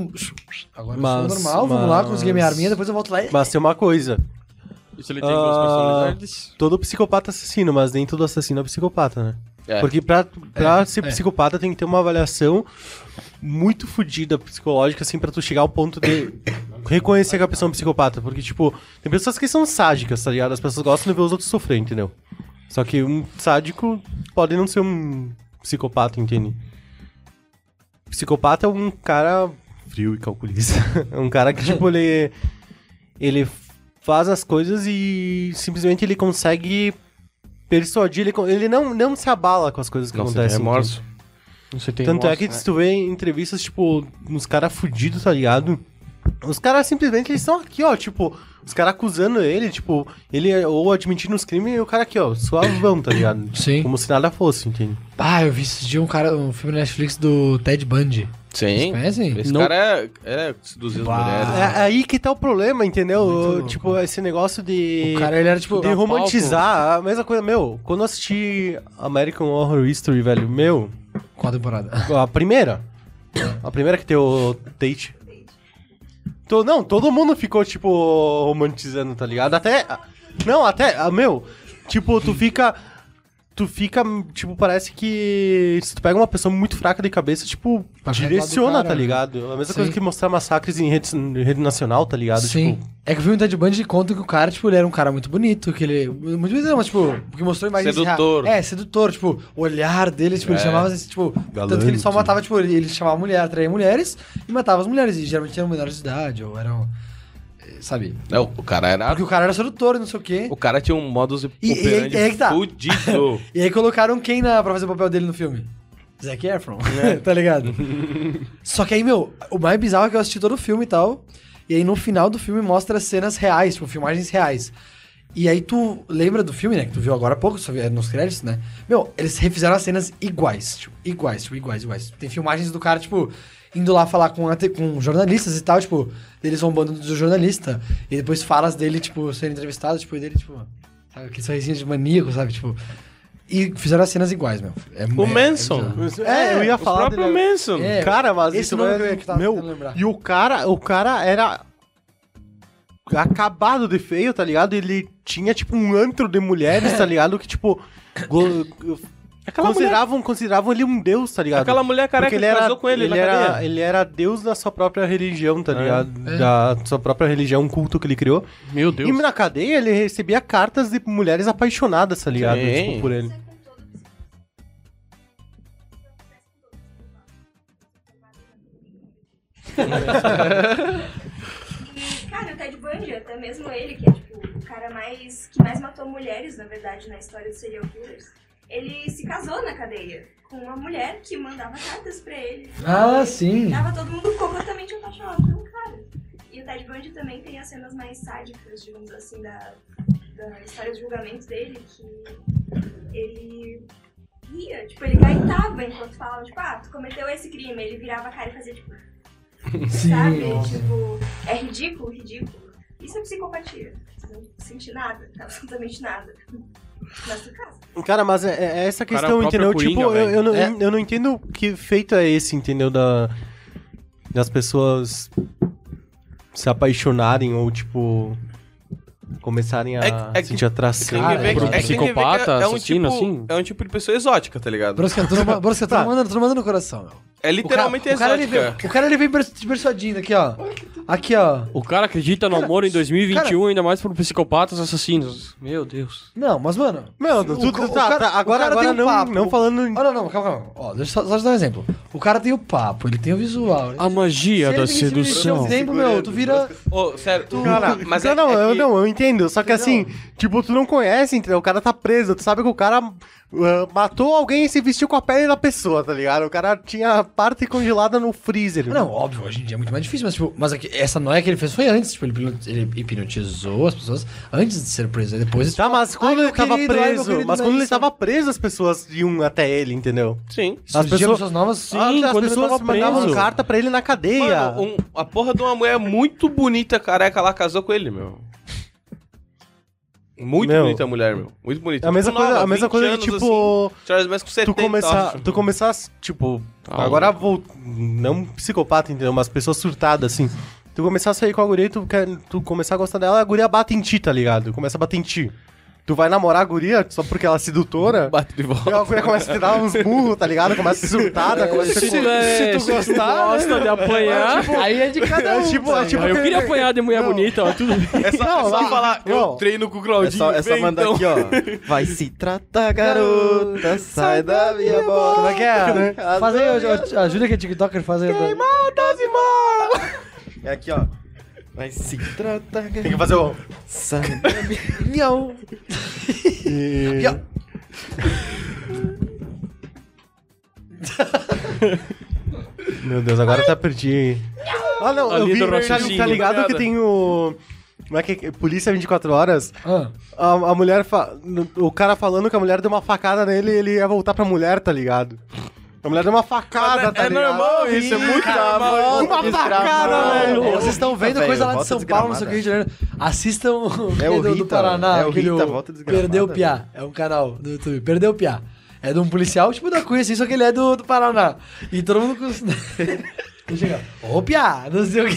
Speaker 2: agora eu
Speaker 4: Mas-
Speaker 2: sou normal, vamos lá,
Speaker 4: mas-
Speaker 2: consegui minha arminha, depois eu volto lá e...
Speaker 4: Mas tem uma coisa.
Speaker 3: Isso ele tem duas
Speaker 4: ah,
Speaker 3: personalidades.
Speaker 4: todo psicopata é assassino, mas nem todo assassino é psicopata, né?
Speaker 5: É.
Speaker 4: Porque pra, pra ser
Speaker 2: é.
Speaker 4: psicopata tem que ter uma avaliação muito fodida psicológica, assim, pra tu chegar ao ponto de reconhecer que a pessoa é um psicopata. Porque, tipo, tem pessoas que são sádicas, tá ligado? As pessoas gostam de ver os outros sofrer, entendeu? Só que um sádico pode não ser um psicopata, entende? Psicopata é um cara frio e calculista. É um cara que, tipo, ele. Ele faz as coisas e simplesmente ele consegue persuadir. Ele, con- ele não, não se abala com as coisas que
Speaker 5: Nossa, tem
Speaker 4: acontecem.
Speaker 2: é
Speaker 5: remorso.
Speaker 3: Você tem
Speaker 4: é Tanto é que
Speaker 2: né?
Speaker 3: mostra,
Speaker 4: se tu vê em entrevistas, tipo, uns caras fudidos, tá ligado? Os caras simplesmente eles estão aqui, ó, tipo, os caras acusando ele, tipo, ele ou admitindo os crimes e o cara aqui, ó, suavão, tá ligado?
Speaker 2: Sim.
Speaker 4: Como se nada fosse, entende?
Speaker 2: Ah, eu vi esse dia um cara, um filme na Netflix do Ted Bundy.
Speaker 5: Sim.
Speaker 2: conhecem?
Speaker 5: Esse
Speaker 3: Não.
Speaker 5: cara é, é seduziu as
Speaker 2: Bah.
Speaker 5: mulheres.
Speaker 2: Ah.
Speaker 4: É aí que tá o problema, entendeu?
Speaker 2: Muito louco.
Speaker 4: Tipo, esse negócio de.
Speaker 2: O cara, ele era, tipo...
Speaker 4: de
Speaker 3: na
Speaker 4: romantizar a mesma coisa, meu. Quando eu assisti American Horror History, velho, meu,
Speaker 2: Qual a temporada?
Speaker 4: a primeira. A primeira que tem o Tate. To- não, todo mundo ficou, tipo, romantizando, tá ligado? Até. Não, até. ah, Meu, tipo, tu fica. Tu fica, tipo, parece que. Se tu pega uma pessoa muito fraca de cabeça, tipo,
Speaker 2: Pra chegar do lado do
Speaker 4: direciona,
Speaker 2: cara,
Speaker 4: tá
Speaker 2: né?
Speaker 4: ligado? A mesma
Speaker 2: Sim.
Speaker 4: coisa que mostrar massacres em rede, em rede nacional, tá ligado?
Speaker 2: Sim.
Speaker 4: Tipo,
Speaker 2: É que o filme Ted Bundy conta que o cara, tipo, ele era um cara muito bonito, que ele... Muito bonito não, mas, tipo, porque mostrou imagens...
Speaker 5: Sedutor.
Speaker 2: É, sedutor, tipo, o olhar dele, tipo, ele
Speaker 5: É.
Speaker 2: chamava, assim, tipo... Tanto que ele só matava, tipo, ele, ele chamava mulher, atraía mulheres e matava as mulheres, e geralmente eram menores de idade, ou eram... eh, Sabe?
Speaker 5: É, o o cara era.
Speaker 2: Porque o cara era sedutor, não sei o quê.
Speaker 5: O cara tinha um modus
Speaker 2: e-
Speaker 5: operandi
Speaker 2: é que tá.
Speaker 5: fudido.
Speaker 2: E aí colocaram quem na, pra fazer o papel dele no filme? Zac Efron, tá ligado? Só que aí, meu, o mais bizarro é que eu assisti todo o filme e tal, e aí no final do filme mostra cenas reais, tipo, filmagens reais. E aí tu lembra do filme, né, que tu viu agora há pouco, só vi- é nos créditos, né? Meu, eles refizeram as cenas iguais, tipo, iguais, tipo, iguais, iguais. Tem filmagens do cara, tipo, indo lá falar com, a te- com jornalistas e tal, tipo, deles zombando do jornalista, e depois falas dele, tipo, sendo entrevistado, tipo, e dele, tipo, sabe, aquele sorrisinho de maníaco, sabe, tipo... E fizeram as cenas iguais, meu. É,
Speaker 5: O
Speaker 2: é-
Speaker 5: Manson.
Speaker 2: bizarro.
Speaker 4: é, eu ia
Speaker 5: o
Speaker 4: falar.
Speaker 5: próprio
Speaker 4: dele-
Speaker 5: Manson.
Speaker 2: É,
Speaker 4: Cara, mas
Speaker 2: esse
Speaker 4: isso
Speaker 2: nome
Speaker 4: vai-
Speaker 2: que eu- que eu tava
Speaker 4: meu,
Speaker 2: tentando lembrar.
Speaker 4: E o cara, o cara era acabado de feio, tá ligado? Ele tinha tipo um antro de mulheres, tá ligado? Que tipo go-
Speaker 5: Aquela
Speaker 4: consideravam, consideravam ele um deus, tá ligado?
Speaker 5: Aquela mulher careca
Speaker 4: Porque ele
Speaker 5: que
Speaker 4: era,
Speaker 5: casou com ele,
Speaker 4: ele,
Speaker 5: na
Speaker 4: era,
Speaker 5: cadeia.
Speaker 4: ele era deus da sua própria religião, tá
Speaker 5: É.
Speaker 4: ligado? Da sua própria religião, um culto que ele criou.
Speaker 3: né? Meu Deus.
Speaker 4: E na cadeia ele recebia cartas de mulheres apaixonadas, tá ligado?
Speaker 5: Sim.
Speaker 4: Tipo, por ele.
Speaker 6: E, cara, o Ted Bundy, até mesmo ele, que é tipo o cara mais que mais matou mulheres, na verdade, na história dos serial killers. ele se casou na cadeia com uma mulher que mandava cartas pra ele.
Speaker 2: Ah, sim.
Speaker 6: Tava todo mundo completamente apaixonado pelo cara. E o Ted Bundy também tem as cenas mais sádicas, digamos assim, da, da história de julgamento dele, que ele ria, tipo, ele gaitava enquanto falava, tipo, ah, tu cometeu esse crime. Ele virava a cara e fazia, tipo,
Speaker 2: Sim,
Speaker 6: sabe?
Speaker 2: nossa.
Speaker 6: Tipo, é ridículo, ridículo. Isso é psicopatia. Você não sente nada, absolutamente nada. Na sua casa.
Speaker 4: Cara, mas é, é essa
Speaker 3: Cara,
Speaker 4: questão,
Speaker 3: o próprio
Speaker 4: entendeu?
Speaker 3: Coringa,
Speaker 4: tipo, eu,
Speaker 3: velho.
Speaker 4: eu não,
Speaker 2: É.
Speaker 4: eu não entendo que feito é esse, entendeu? Da, das pessoas se apaixonarem ou, tipo, começarem a
Speaker 5: É que- é que-
Speaker 4: sentir atração.
Speaker 5: Tem que ver
Speaker 3: é
Speaker 5: que-
Speaker 3: um
Speaker 5: é que tem que ver que é-
Speaker 3: psicopata,
Speaker 5: é um
Speaker 3: assassino,
Speaker 5: tipo-
Speaker 3: assim?
Speaker 5: É um tipo de pessoa exótica, tá ligado?
Speaker 2: Brosquetona,
Speaker 4: Tá.
Speaker 2: manda, tu não manda no coração, meu.
Speaker 5: É literalmente
Speaker 2: o cara, o cara, ele
Speaker 5: exótica.
Speaker 2: vem, o cara ele vem pers- te persuadindo aqui, ó. Aqui, ó.
Speaker 3: O cara acredita no amor em 2021, ainda mais por psicopatas assassinos. Meu Deus.
Speaker 2: Não, mas, mano.
Speaker 4: Meu,
Speaker 2: o
Speaker 4: tu,
Speaker 2: ca-
Speaker 4: tu,
Speaker 2: o
Speaker 4: tá,
Speaker 2: cara-
Speaker 4: tá,
Speaker 2: o
Speaker 4: agora,
Speaker 2: cara
Speaker 4: agora
Speaker 2: tem um
Speaker 4: não,
Speaker 2: papo.
Speaker 4: não falando... em-
Speaker 2: Ó, não, não, calma, calma. Ó, deixa eu só, só te dar um exemplo. O cara tem o papo, ele tem o visual.
Speaker 3: A magia da sedução.
Speaker 2: tempo, meu, tu vira.
Speaker 5: Ô, sério, tu,
Speaker 4: Cara,
Speaker 5: mas
Speaker 4: não,
Speaker 5: é,
Speaker 4: não,
Speaker 5: é
Speaker 4: eu
Speaker 5: que-
Speaker 4: não, eu entendo. Só que assim, tipo, tu não conhece, entendeu? O cara tá preso, tu sabe que o cara ah, matou alguém e se vestiu com a pele da pessoa, tá ligado? O cara tinha a parte congelada no freezer.
Speaker 2: Não, óbvio, hoje em dia é muito mais difícil, mas, tipo, mas aqui- essa noia que ele fez foi antes. Tipo, ele hipno- ele hipnotizou as pessoas antes de ser preso. Aí Depois
Speaker 4: Tá, mas quando
Speaker 2: meu
Speaker 4: ele tava
Speaker 2: querido, ai, meu
Speaker 4: preso,
Speaker 2: querido,
Speaker 4: mas
Speaker 2: não é
Speaker 4: quando ele
Speaker 2: isso.
Speaker 4: tava preso, as pessoas iam até ele, entendeu?
Speaker 3: Sim.
Speaker 2: surgiam
Speaker 4: pessoas-
Speaker 2: pessoas novas. Sim.
Speaker 4: Ah, as
Speaker 3: quando ele
Speaker 4: pessoas
Speaker 3: tava
Speaker 4: mandavam
Speaker 3: preso.
Speaker 4: carta pra ele na cadeia.
Speaker 5: Mano, um- a porra de uma mulher muito bonita, careca lá, casou com ele, meu. Muito
Speaker 4: Meu. É
Speaker 5: bonita a mulher, meu. Muito
Speaker 3: um
Speaker 5: bonita.
Speaker 4: a mesma
Speaker 5: Tipo,
Speaker 4: coisa,
Speaker 5: nova,
Speaker 4: a mesma
Speaker 5: 20
Speaker 4: coisa que,
Speaker 5: anos, assim.
Speaker 4: tipo,
Speaker 5: Charles Manson com 70,
Speaker 4: tu começar,
Speaker 5: acho.
Speaker 4: tu começasse, tipo,
Speaker 3: Ah,
Speaker 4: agora vou não psicopata, entendeu? Mas pessoa surtada assim. Tu começar a sair com a guria, e tu quer, tu começar a gostar dela, a guria bate em ti, tá ligado? Começa a bater em ti. Tu vai namorar a guria só porque ela é sedutora?
Speaker 5: Bate de
Speaker 4: Aí a
Speaker 5: volta.
Speaker 4: guria começa a te dar uns burros, tá ligado? Começa a ser surtada, começa a ser...
Speaker 3: É, se tu gostar, gosta de apanhar.
Speaker 2: Aí é de cada um.
Speaker 4: É tipo, é
Speaker 2: sabe?
Speaker 4: tipo
Speaker 3: Ah, eu queria apanhar de mulher
Speaker 4: Não.
Speaker 3: bonita, ó, tudo bem.
Speaker 5: É só,
Speaker 4: Não,
Speaker 5: é só
Speaker 4: lá-
Speaker 3: Ah,
Speaker 5: falar,
Speaker 4: não.
Speaker 5: eu treino com o Claudinho,
Speaker 1: É só, é só
Speaker 5: vem
Speaker 1: mandar
Speaker 5: então.
Speaker 1: aqui, ó. Vai se tratar, garota, sai da minha
Speaker 2: Como é
Speaker 1: bola.
Speaker 2: que
Speaker 4: Né?
Speaker 2: é?
Speaker 4: assim.
Speaker 2: Faz aí, ô, ô, ajuda que é TikToker faz aí.
Speaker 1: É aqui, ó. Vai se tratar,
Speaker 4: Tem que
Speaker 1: garota,
Speaker 4: fazer o...
Speaker 1: sai da minha
Speaker 2: Miau. Miau.
Speaker 4: Meu Deus, agora tá perdi. Ah, não, eu
Speaker 3: Ali
Speaker 4: vi,
Speaker 3: do
Speaker 4: tá,
Speaker 3: raciocínio.
Speaker 4: tá ligado que tem o... Como é que é? Polícia 24 Horas...
Speaker 2: Ah.
Speaker 4: A, a mulher. fa- O cara falando que a mulher deu uma facada nele e ele ia voltar pra mulher, tá ligado? A mulher deu uma facada, tá
Speaker 5: É
Speaker 4: ligado?
Speaker 5: normal isso, é muito
Speaker 1: Tá,
Speaker 5: normal.
Speaker 4: Uma facada,
Speaker 2: Ô,
Speaker 4: velho!
Speaker 2: Vocês estão vendo
Speaker 1: velho,
Speaker 2: coisa lá de
Speaker 1: Tá volta
Speaker 2: São Paulo, não sei o que, Rio de Janeiro. Assistam
Speaker 1: É
Speaker 2: aquele
Speaker 1: o
Speaker 2: do- do
Speaker 1: Rita,
Speaker 2: Paraná,
Speaker 1: velho. É o
Speaker 2: aquele
Speaker 1: Rita,
Speaker 2: o-
Speaker 1: volta desgramada,
Speaker 2: Perdeu o Piá. É um canal do YouTube. Perdeu o Piá. É de um policial, tipo da Cunha, assim, só que ele é do, do Paraná. E todo mundo... cons- Deixa eu chegar. Ô, Piá, não sei o que.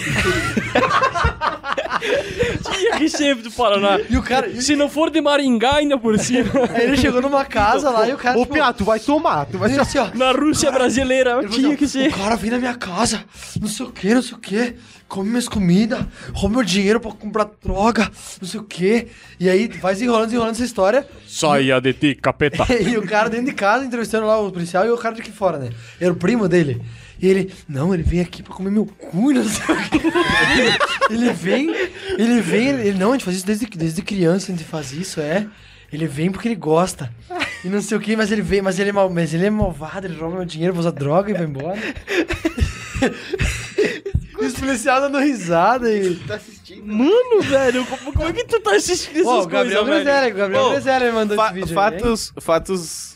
Speaker 3: Tinha que ser do Paraná.
Speaker 2: E o cara... e-
Speaker 3: Se não for de Maringá, ainda por cima.
Speaker 2: Aí ele chegou numa casa lá e o cara...
Speaker 4: Ô,
Speaker 2: tipo,
Speaker 4: Piá, tu vai tomar, tu vai
Speaker 2: ele assim, ó.
Speaker 3: Na Rússia brasileira,
Speaker 2: Ele falou
Speaker 3: tinha
Speaker 2: assim,
Speaker 3: que
Speaker 2: ó,
Speaker 3: ser.
Speaker 2: O cara veio na minha casa, não sei o que, não sei o que, come minhas comidas, rouba meu dinheiro pra comprar droga, não sei o que. E aí vai desenrolando, desenrolando essa história.
Speaker 3: Saia de ti, capeta.
Speaker 2: e o cara dentro de casa entrevistando lá o policial e o cara de aqui fora, né? Era o primo dele. E ele, não, ele vem aqui pra comer meu cu, não sei o que. ele vem, ele vem, ele, ele- não, a gente faz isso desde, desde criança, a gente faz isso, é. Ele vem porque ele gosta. E não sei o que, mas ele vem, mas ele é, mal, mas ele é malvado, ele rouba meu dinheiro, vou usar droga e vai embora. e os policiais dando risada e.
Speaker 5: Tá
Speaker 3: Mano, velho, como, como é que tu tá assistindo essas
Speaker 2: Ó, o
Speaker 3: coisas,
Speaker 2: Gabriel
Speaker 3: velho?
Speaker 2: Brezera, o Gabriel
Speaker 5: Ô,
Speaker 2: Brezera me mandou
Speaker 5: Fa-
Speaker 2: esse vídeo. aí, hein?
Speaker 5: fatos, fatos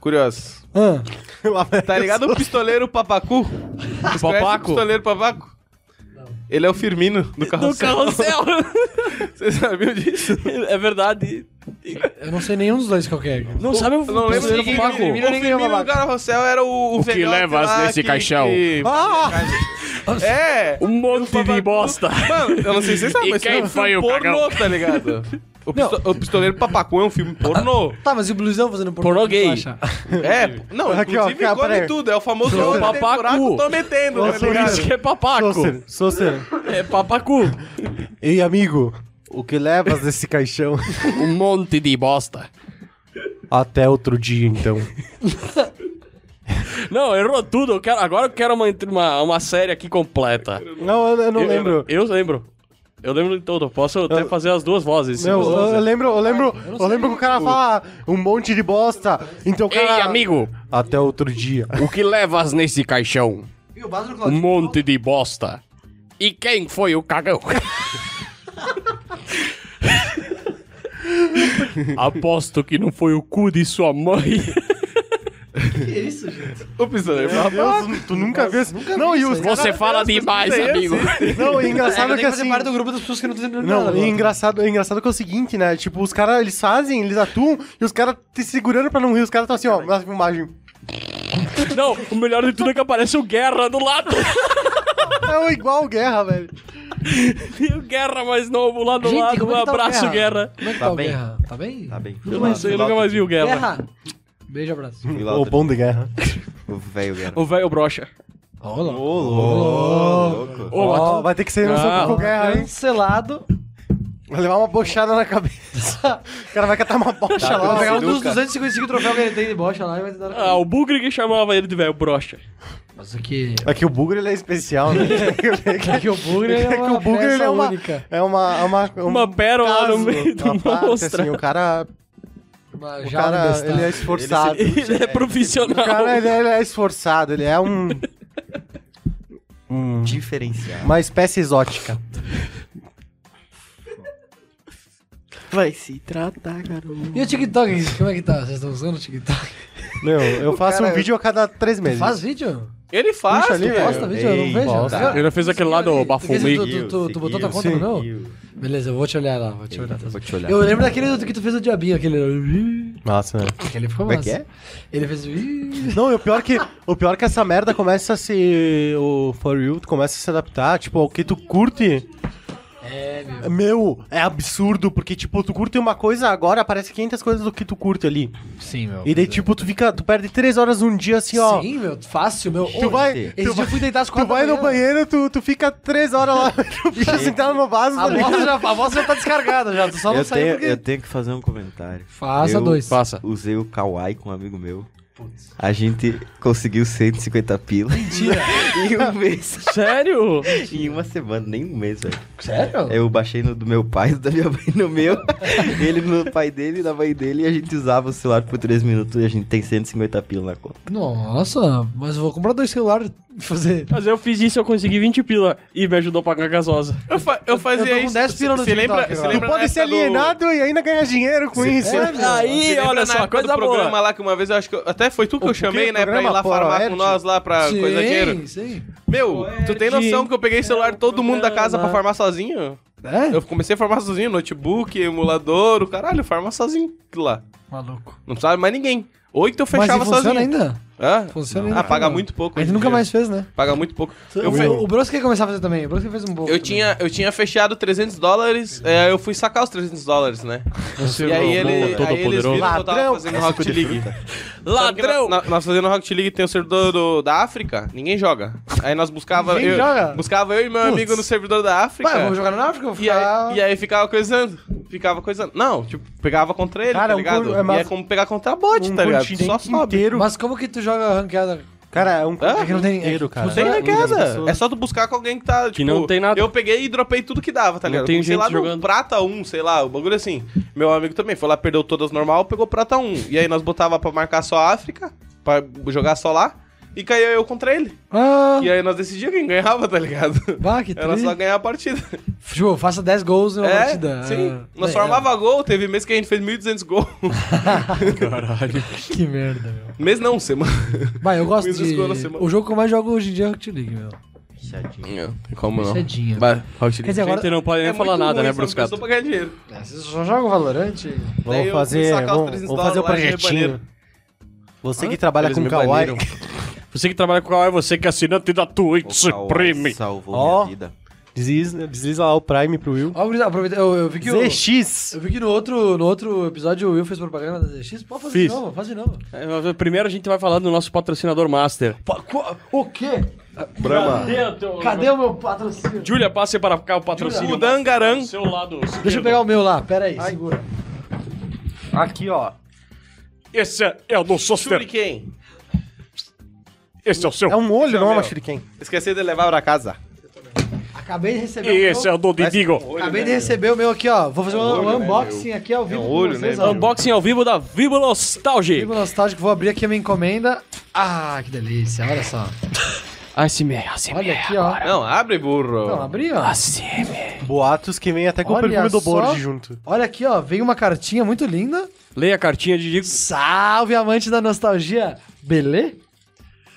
Speaker 5: curiosos.
Speaker 2: Ah.
Speaker 5: Tá ligado o pistoleiro papacu? Vocês conhecem O
Speaker 3: Papaco?
Speaker 5: pistoleiro papaco? Ele é o Firmino do carro.
Speaker 3: Do carrossel.
Speaker 5: Vocês sabiam disso?
Speaker 3: é verdade.
Speaker 2: Eu não sei nenhum dos dois qual que é.
Speaker 3: Não sabe o
Speaker 5: Não lembro
Speaker 3: primeiro
Speaker 5: de quem
Speaker 3: papaco.
Speaker 5: que é o Firmino. O Firmino do carrossel era o, o,
Speaker 3: que
Speaker 5: velhote
Speaker 3: levas
Speaker 5: lá
Speaker 3: nesse caixão?
Speaker 5: que-
Speaker 4: Ah!
Speaker 5: É!
Speaker 3: Um monte de
Speaker 5: Papacu-
Speaker 3: bosta.
Speaker 5: Mano, eu não sei se vocês sabem,
Speaker 3: E
Speaker 5: mas isso
Speaker 3: quem
Speaker 5: é um
Speaker 3: foi
Speaker 5: filme
Speaker 3: o
Speaker 5: pornô,
Speaker 3: cagão?
Speaker 5: tá ligado? O, pisto- o Pistoleiro Papacu é um filme pornô.
Speaker 2: Tá, mas e o blusão fazendo pornô?
Speaker 3: Pornô
Speaker 2: O que tu
Speaker 3: gay.
Speaker 2: acha?
Speaker 5: É, não,
Speaker 4: Aqui, ó,
Speaker 5: inclusive
Speaker 4: cara, peraí.
Speaker 5: come tudo. É o famoso
Speaker 3: Sou
Speaker 5: olho
Speaker 3: Papacu.
Speaker 5: tem buraco, tô metendo,
Speaker 4: Eu
Speaker 5: tá
Speaker 4: sou
Speaker 5: ligado?
Speaker 3: Isso que é papaco.
Speaker 4: Sócer, Sócer.
Speaker 3: É papacu.
Speaker 4: Ei, amigo, o que levas desse caixão?
Speaker 3: Um monte de bosta.
Speaker 4: Até outro dia, então.
Speaker 3: Não, errou tudo. Eu quero, agora eu quero uma, uma, uma série aqui completa.
Speaker 4: Não, eu, eu não
Speaker 3: Eu-
Speaker 4: lembro.
Speaker 3: Eu, eu lembro. Eu lembro de todo. Posso até fazer as duas vozes. se
Speaker 4: Meu,
Speaker 3: você
Speaker 4: eu,
Speaker 3: quiser.
Speaker 4: eu lembro, eu lembro, eu, lembro que o cara fala um monte de bosta. Então o cara.
Speaker 3: Ei, amigo,
Speaker 4: Até outro dia.
Speaker 3: o que levas nesse caixão?
Speaker 2: E o Basso
Speaker 3: Um monte de bosta. E quem foi o cagão? Aposto que não foi o cu de sua mãe.
Speaker 2: Que isso, gente?
Speaker 5: Ô, Pistoleiro,
Speaker 4: Meu Deus, tu nunca viu isso? Não, e os
Speaker 3: Você fala demais, amigo.
Speaker 4: Não, e
Speaker 2: Sabe
Speaker 4: engraçado
Speaker 2: é,
Speaker 4: que
Speaker 2: que fazer
Speaker 4: assim.
Speaker 2: parte do grupo das pessoas que não estão entendendo
Speaker 4: Não,
Speaker 2: nada.
Speaker 4: e engraçado, é engraçado que é o seguinte, né? Tipo, os caras, eles fazem, eles atuam, e os caras te segurando pra não rir, os caras estão assim, ó, na filmagem.
Speaker 3: Não, o melhor de tudo é que aparece o Guerra do lado.
Speaker 4: É o igual guerra, velho.
Speaker 3: E o Guerra mais novo lá do lado. Um abraço, Guerra.
Speaker 2: Como é que
Speaker 1: Tá
Speaker 2: tá, o
Speaker 1: bem.
Speaker 2: Guerra? Tá bem?
Speaker 1: Tá bem.
Speaker 3: Eu não sei, eu nunca mais vi o Guerra.
Speaker 2: Guerra! Beijo, abraço.
Speaker 1: Fui lá
Speaker 4: O
Speaker 1: outro
Speaker 4: bom de guerra.
Speaker 1: dia. O velho guerra.
Speaker 3: O velho brocha.
Speaker 2: Olá.
Speaker 4: Ô, louco.
Speaker 1: louco.
Speaker 3: Ô,
Speaker 4: Ó, vai ter que ser um soco com guerra, hein?
Speaker 2: Cancelado.
Speaker 4: Vai levar uma bochada na cabeça. O cara vai catar uma bocha
Speaker 5: Tá,
Speaker 4: lá.
Speaker 2: Vai
Speaker 4: vai-
Speaker 2: pegar um dos
Speaker 5: Sinuca.
Speaker 2: 255 troféus que ele tem de bocha lá e vai tentar.
Speaker 3: Ah, o Bugre que chamava ele de velho brocha.
Speaker 2: Mas aqui.
Speaker 4: É que o Bugre ele é especial, né?
Speaker 2: É que o Bugre
Speaker 4: É que o Bugre ele é uma. É uma. É uma, um
Speaker 3: Uma pérola no
Speaker 4: caso,
Speaker 3: meio do
Speaker 4: uma parte,
Speaker 3: monstro.
Speaker 4: assim, o cara.
Speaker 2: Uma
Speaker 4: O
Speaker 2: jaula
Speaker 4: cara
Speaker 2: bestada.
Speaker 4: ele é esforçado.
Speaker 3: Ele é profissional.
Speaker 4: O cara ele, ele é esforçado, ele é um. um-
Speaker 1: Diferenciado.
Speaker 4: uma espécie exótica.
Speaker 7: Vai se tratar, garoto.
Speaker 2: E o TikTok, como é que tá? Vocês estão usando o TikTok?
Speaker 4: Meu, eu faço um vídeo a cada três meses.
Speaker 2: Faz vídeo?
Speaker 5: Ele faz,
Speaker 4: Puxa ali,
Speaker 5: pô.
Speaker 4: velho.
Speaker 2: Posta vídeo? Eu não
Speaker 1: Ei,
Speaker 2: vejo.
Speaker 4: bosta.
Speaker 2: Eu-
Speaker 3: Ele não fez aquele lado
Speaker 2: Tu,
Speaker 3: bafomei.
Speaker 2: tu, tu, tu botou tua conta no meu? Beleza, eu vou te olhar lá, vou te olhar. tá
Speaker 1: Vou te olhar.
Speaker 2: Eu lembro daquele do que tu fez o diabinho, aquele.
Speaker 4: Nossa, né?
Speaker 2: Aquele ficou
Speaker 1: Como é
Speaker 2: massa.
Speaker 1: que é?
Speaker 2: Ele fez. o-
Speaker 4: Não, e o pior que o pior que essa merda começa a se o for you começa a se adaptar, tipo, ao que tu curte.
Speaker 2: É, meu.
Speaker 4: Meu, é absurdo porque tipo, tu curte uma coisa agora, aparece 500 coisas do que tu curte ali.
Speaker 2: Sim, meu. é.
Speaker 4: E daí tipo, tu fica, tu perde 3 horas um dia assim, ó.
Speaker 2: Sim, meu. Fácil, meu.
Speaker 4: Tu vai,
Speaker 2: Esse
Speaker 4: tu
Speaker 2: dia
Speaker 4: vai,
Speaker 2: eu fui deitar às
Speaker 4: tu
Speaker 2: quatro
Speaker 4: vai
Speaker 2: da manhã.
Speaker 4: no banheiro, tu, tu fica 3 horas lá, o bicho sentado no vaso, tá
Speaker 2: A
Speaker 4: ligado?
Speaker 2: voz, já, a voz já tá descargada já, tu só não
Speaker 1: Eu
Speaker 2: saiu
Speaker 1: tenho,
Speaker 2: porque...
Speaker 1: eu tenho que fazer um comentário.
Speaker 2: Faça
Speaker 1: Eu
Speaker 2: dois.
Speaker 3: Passa.
Speaker 1: Usei o Kawaii com um amigo meu. A gente conseguiu 150 pila.
Speaker 2: Mentira.
Speaker 1: em um mês.
Speaker 3: Sério?
Speaker 1: Em uma semana, nem um mês, velho.
Speaker 2: Sério?
Speaker 1: Eu baixei no do meu pai, do da minha mãe no meu. ele no pai dele, da mãe dele. E a gente usava o celular por 3 minutos e a gente tem 150 pila na conta.
Speaker 2: Nossa, mas eu vou comprar dois celulares e fazer...
Speaker 3: Mas eu fiz isso, eu consegui 20 pila e me ajudou a pagar a gasosa.
Speaker 5: Eu, fa- eu fazia
Speaker 2: tô com
Speaker 5: isso.
Speaker 2: 10 pila no
Speaker 5: Você
Speaker 2: TikTok
Speaker 5: lembra?
Speaker 2: agora.
Speaker 5: Você
Speaker 4: Tu
Speaker 5: lembra
Speaker 4: pode
Speaker 5: na
Speaker 4: ser
Speaker 5: época do-
Speaker 4: alienado e ainda ganhar dinheiro com isso.
Speaker 2: É,
Speaker 4: né?
Speaker 2: meu.
Speaker 5: Você
Speaker 3: Aí,
Speaker 5: lembra
Speaker 3: olha
Speaker 5: na
Speaker 3: só,
Speaker 5: época do
Speaker 3: coisa
Speaker 5: programa
Speaker 3: boa.
Speaker 5: lá que uma vez eu acho que. eu- Até foi tu que
Speaker 4: O
Speaker 5: eu
Speaker 4: quê?
Speaker 5: chamei, né? Pra ir
Speaker 4: Programa
Speaker 5: lá farmar
Speaker 4: Power?
Speaker 5: com nós lá pra
Speaker 2: sim,
Speaker 5: Ah, coisa dinheiro.
Speaker 2: sim.
Speaker 5: Meu, tu tem noção que eu peguei celular de todo mundo da casa pra farmar sozinho?
Speaker 2: É?
Speaker 5: Eu comecei a farmar sozinho, notebook, emulador, o caralho, farmar sozinho lá.
Speaker 2: Maluco.
Speaker 5: Não precisava mais ninguém. Oito eu
Speaker 2: Mas e
Speaker 5: fechava
Speaker 2: funciona
Speaker 5: sozinho.
Speaker 2: ainda?
Speaker 5: Hã?
Speaker 2: Funciona
Speaker 5: ah,
Speaker 2: ainda.
Speaker 5: paga muito pouco.
Speaker 2: A gente
Speaker 5: hoje em
Speaker 2: nunca
Speaker 5: dia.
Speaker 2: mais fez, né?
Speaker 5: Paga muito pouco. Eu, fe-
Speaker 2: o, o Bros quer começar a fazer também. O Bros fez um pouco.
Speaker 5: eu,
Speaker 2: também.
Speaker 5: tinha, eu tinha fechado 300 dólares, é, eu fui sacar os 300 dólares, né? e aí, ele,
Speaker 3: todo
Speaker 5: aí eles viram que eu tava
Speaker 4: Ladrão.
Speaker 5: fazendo
Speaker 2: tipo
Speaker 5: Rocket League. Sabe que
Speaker 3: Ladrão!
Speaker 5: na- na- Nós fazendo Rocket League tem o servidor do- da África, ninguém joga. Aí nós buscava
Speaker 2: Ninguém
Speaker 5: eu,
Speaker 2: joga?
Speaker 5: buscava eu e meu amigo no servidor da África.
Speaker 2: Vai, vamos jogar na África? Eu vou
Speaker 5: então. E
Speaker 2: ficar...
Speaker 5: aí, e aí ficava coisando. Ficava coisando. Não, tipo, pegava contra ele,
Speaker 4: Cara,
Speaker 5: tá
Speaker 4: um
Speaker 5: ligado?
Speaker 4: con- é
Speaker 5: e é
Speaker 4: massa. Um
Speaker 5: como pegar contra bote, tá ligado? Tu Só sobe.
Speaker 4: inteiro.
Speaker 2: Mas como que tu joga ranqueada?
Speaker 4: Cara, é um
Speaker 5: Hã?
Speaker 2: É que não tem...
Speaker 4: inteiro, cara.
Speaker 5: Não tem
Speaker 4: Muitas
Speaker 5: riqueza.
Speaker 4: pessoas.
Speaker 5: É só tu buscar com alguém que tá. Tipo,
Speaker 3: não tem nada.
Speaker 5: Eu peguei e dropei tudo que dava, tá
Speaker 3: Não
Speaker 5: ligado?
Speaker 3: tem
Speaker 5: Eu comecei
Speaker 3: gente
Speaker 5: lá no
Speaker 3: jogando.
Speaker 5: Prata 1, sei lá, o bagulho assim. Meu amigo também foi lá, perdeu todas normal, pegou Prata 1. E aí nós botava pra marcar só a África, pra jogar só lá. E caiu eu contra ele.
Speaker 2: Ah,
Speaker 5: E aí nós decidíamos quem ganhava, tá ligado?
Speaker 2: bah, que
Speaker 5: Era só
Speaker 2: triste.
Speaker 5: ganhar a partida.
Speaker 2: Tipo, faça 10 gols numa
Speaker 5: é,
Speaker 2: partida.
Speaker 5: sim.
Speaker 2: Ah,
Speaker 5: Nós
Speaker 2: é,
Speaker 5: formava gol, teve mês que a gente fez 1.200 gols.
Speaker 3: Caralho.
Speaker 2: Que merda, meu.
Speaker 5: mês não, semana.
Speaker 2: Vai, eu gosto
Speaker 5: Luiz
Speaker 2: de...
Speaker 5: escolheu na semana.
Speaker 2: O jogo que eu mais jogo hoje em dia é Rocket League, meu.
Speaker 5: Como não?
Speaker 2: Fechadinho.
Speaker 5: Vai, Rocket
Speaker 2: Quer dizer, agora...
Speaker 3: Gente, não pode
Speaker 5: É
Speaker 3: nem falar nada, né, Bruscato?
Speaker 5: pra ganhar dinheiro.
Speaker 2: É, Vocês só jogam Valorante?
Speaker 5: Daí eu
Speaker 4: Vamos
Speaker 5: fui
Speaker 4: fazer,
Speaker 5: sacar os
Speaker 4: vamos,
Speaker 5: 300
Speaker 4: vamos fazer o
Speaker 5: dólares lá,
Speaker 4: projetinho.
Speaker 5: rebaniram.
Speaker 4: Você que trabalha
Speaker 5: Eles
Speaker 4: com
Speaker 5: me
Speaker 4: Kawaii.
Speaker 5: baniram.
Speaker 3: Você que trabalha com a é você que é assinante da Twitch
Speaker 1: O Kawaii
Speaker 3: Prime.
Speaker 1: salvou
Speaker 4: Ó.
Speaker 1: minha vida.
Speaker 4: Desliza, desliza lá o Prime pro Will.
Speaker 2: Ó, gurizada, aproveita. Eu, eu vi que o, eu
Speaker 4: ZX!
Speaker 2: vi que no outro, no outro episódio o Will fez propaganda da ZX. Pode fazer
Speaker 4: Fiz.
Speaker 2: de novo, faz de novo.
Speaker 3: É, Primeiro a gente vai falar do nosso patrocinador master.
Speaker 2: Pa- qua- O quê?
Speaker 5: Brahma.
Speaker 2: Cadê o meu patrocínio?
Speaker 3: Julia, passe para cá o patrocínio.
Speaker 5: O Dangaran.
Speaker 3: Seu lado.
Speaker 2: Deixa eu pegar o meu lá, pera aí, segura.
Speaker 4: Aqui, ó.
Speaker 3: Esse é, é o do Soster.
Speaker 5: Shuriken.
Speaker 3: Esse é o seu.
Speaker 4: É um olho, não é uma
Speaker 5: meu.
Speaker 4: shuriken.
Speaker 5: Esqueci de levar pra casa.
Speaker 2: Acabei de receber um o
Speaker 3: Esse é o Dodi Digo.
Speaker 5: Olho,
Speaker 2: Acabei
Speaker 5: né?
Speaker 2: de receber o meu aqui, ó. Vou fazer um,
Speaker 5: olho, né,
Speaker 2: unboxing aqui ao vivo.
Speaker 5: um
Speaker 2: com
Speaker 5: olho,
Speaker 2: vocês,
Speaker 5: né,
Speaker 2: ó.
Speaker 5: meu?
Speaker 3: Unboxing É ao vivo da Viva Nostalgia.
Speaker 2: Vivo nostálgico, vou abrir aqui a minha encomenda. Ah, que delícia, olha só.
Speaker 3: Assim, assim,
Speaker 2: Olha aqui, ó.
Speaker 5: Não, abre, burro.
Speaker 2: Não, abri, ó.
Speaker 4: Boatos que vem até com o
Speaker 2: Olha
Speaker 4: perfume do
Speaker 2: só.
Speaker 4: Borges junto.
Speaker 2: Olha aqui, ó. Veio uma cartinha muito linda.
Speaker 3: Leia a cartinha de Digo.
Speaker 2: Salve, amante da nostalgia! Belê?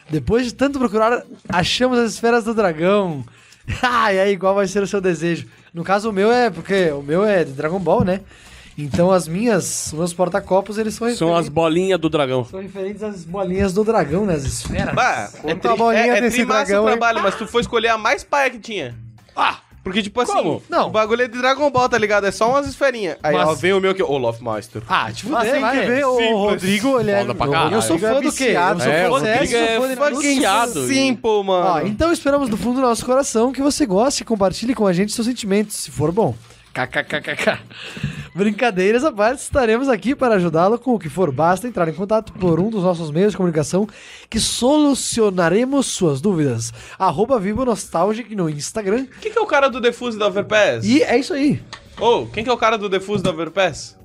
Speaker 2: Depois de tanto procurar, achamos as esferas do dragão. Ah, e aí, igual vai ser o seu desejo? No caso, o meu é, porque o meu é de Dragon Ball, né? Então as minhas, os meus porta-copos, eles são,
Speaker 3: São as
Speaker 2: referen-
Speaker 3: bolinhas do dragão.
Speaker 2: são referentes às bolinhas do dragão, né? As esferas.
Speaker 5: Bah, é
Speaker 2: Quanta
Speaker 5: tri,
Speaker 2: bolinha
Speaker 5: é, é
Speaker 2: desse
Speaker 5: tri massa
Speaker 2: dragão,
Speaker 5: o
Speaker 2: hein?
Speaker 5: trabalho, mas tu foi escolher a mais paia que tinha. Ah! Porque, tipo assim,
Speaker 3: Como?
Speaker 2: Não.
Speaker 5: o bagulho é de Dragon Ball, tá ligado? É só umas esferinhas. Aí,
Speaker 2: Mas-
Speaker 5: ó, vem o meu aqui, Olaf Master.
Speaker 2: Ah, tipo,
Speaker 4: Mas tem que ver,
Speaker 2: o Rodrigo, ele é...
Speaker 3: Foda pra caralho.
Speaker 2: Eu sou
Speaker 4: Rodrigo
Speaker 2: fã
Speaker 4: é
Speaker 2: do quê? Eu
Speaker 4: viciado.
Speaker 2: sou
Speaker 3: É,
Speaker 2: fã
Speaker 3: o
Speaker 2: do CS,
Speaker 3: Rodrigo é
Speaker 2: sou fã de Naruto.
Speaker 3: fucking viciado.
Speaker 5: Simple, mano.
Speaker 2: Ó, então esperamos do fundo do nosso coração que você goste e compartilhe com a gente seus sentimentos, se for bom. KKKKK. Brincadeiras à parte, estaremos aqui para ajudá-lo com o que for. Basta entrar em contato por um dos nossos meios de comunicação que solucionaremos suas dúvidas. Arroba Vivo Nostalgic no Instagram.
Speaker 5: Quem que é o cara do Defuse da Overpass?
Speaker 2: E é isso aí.
Speaker 5: Ô, quem que é o cara do Defuse da Overpass?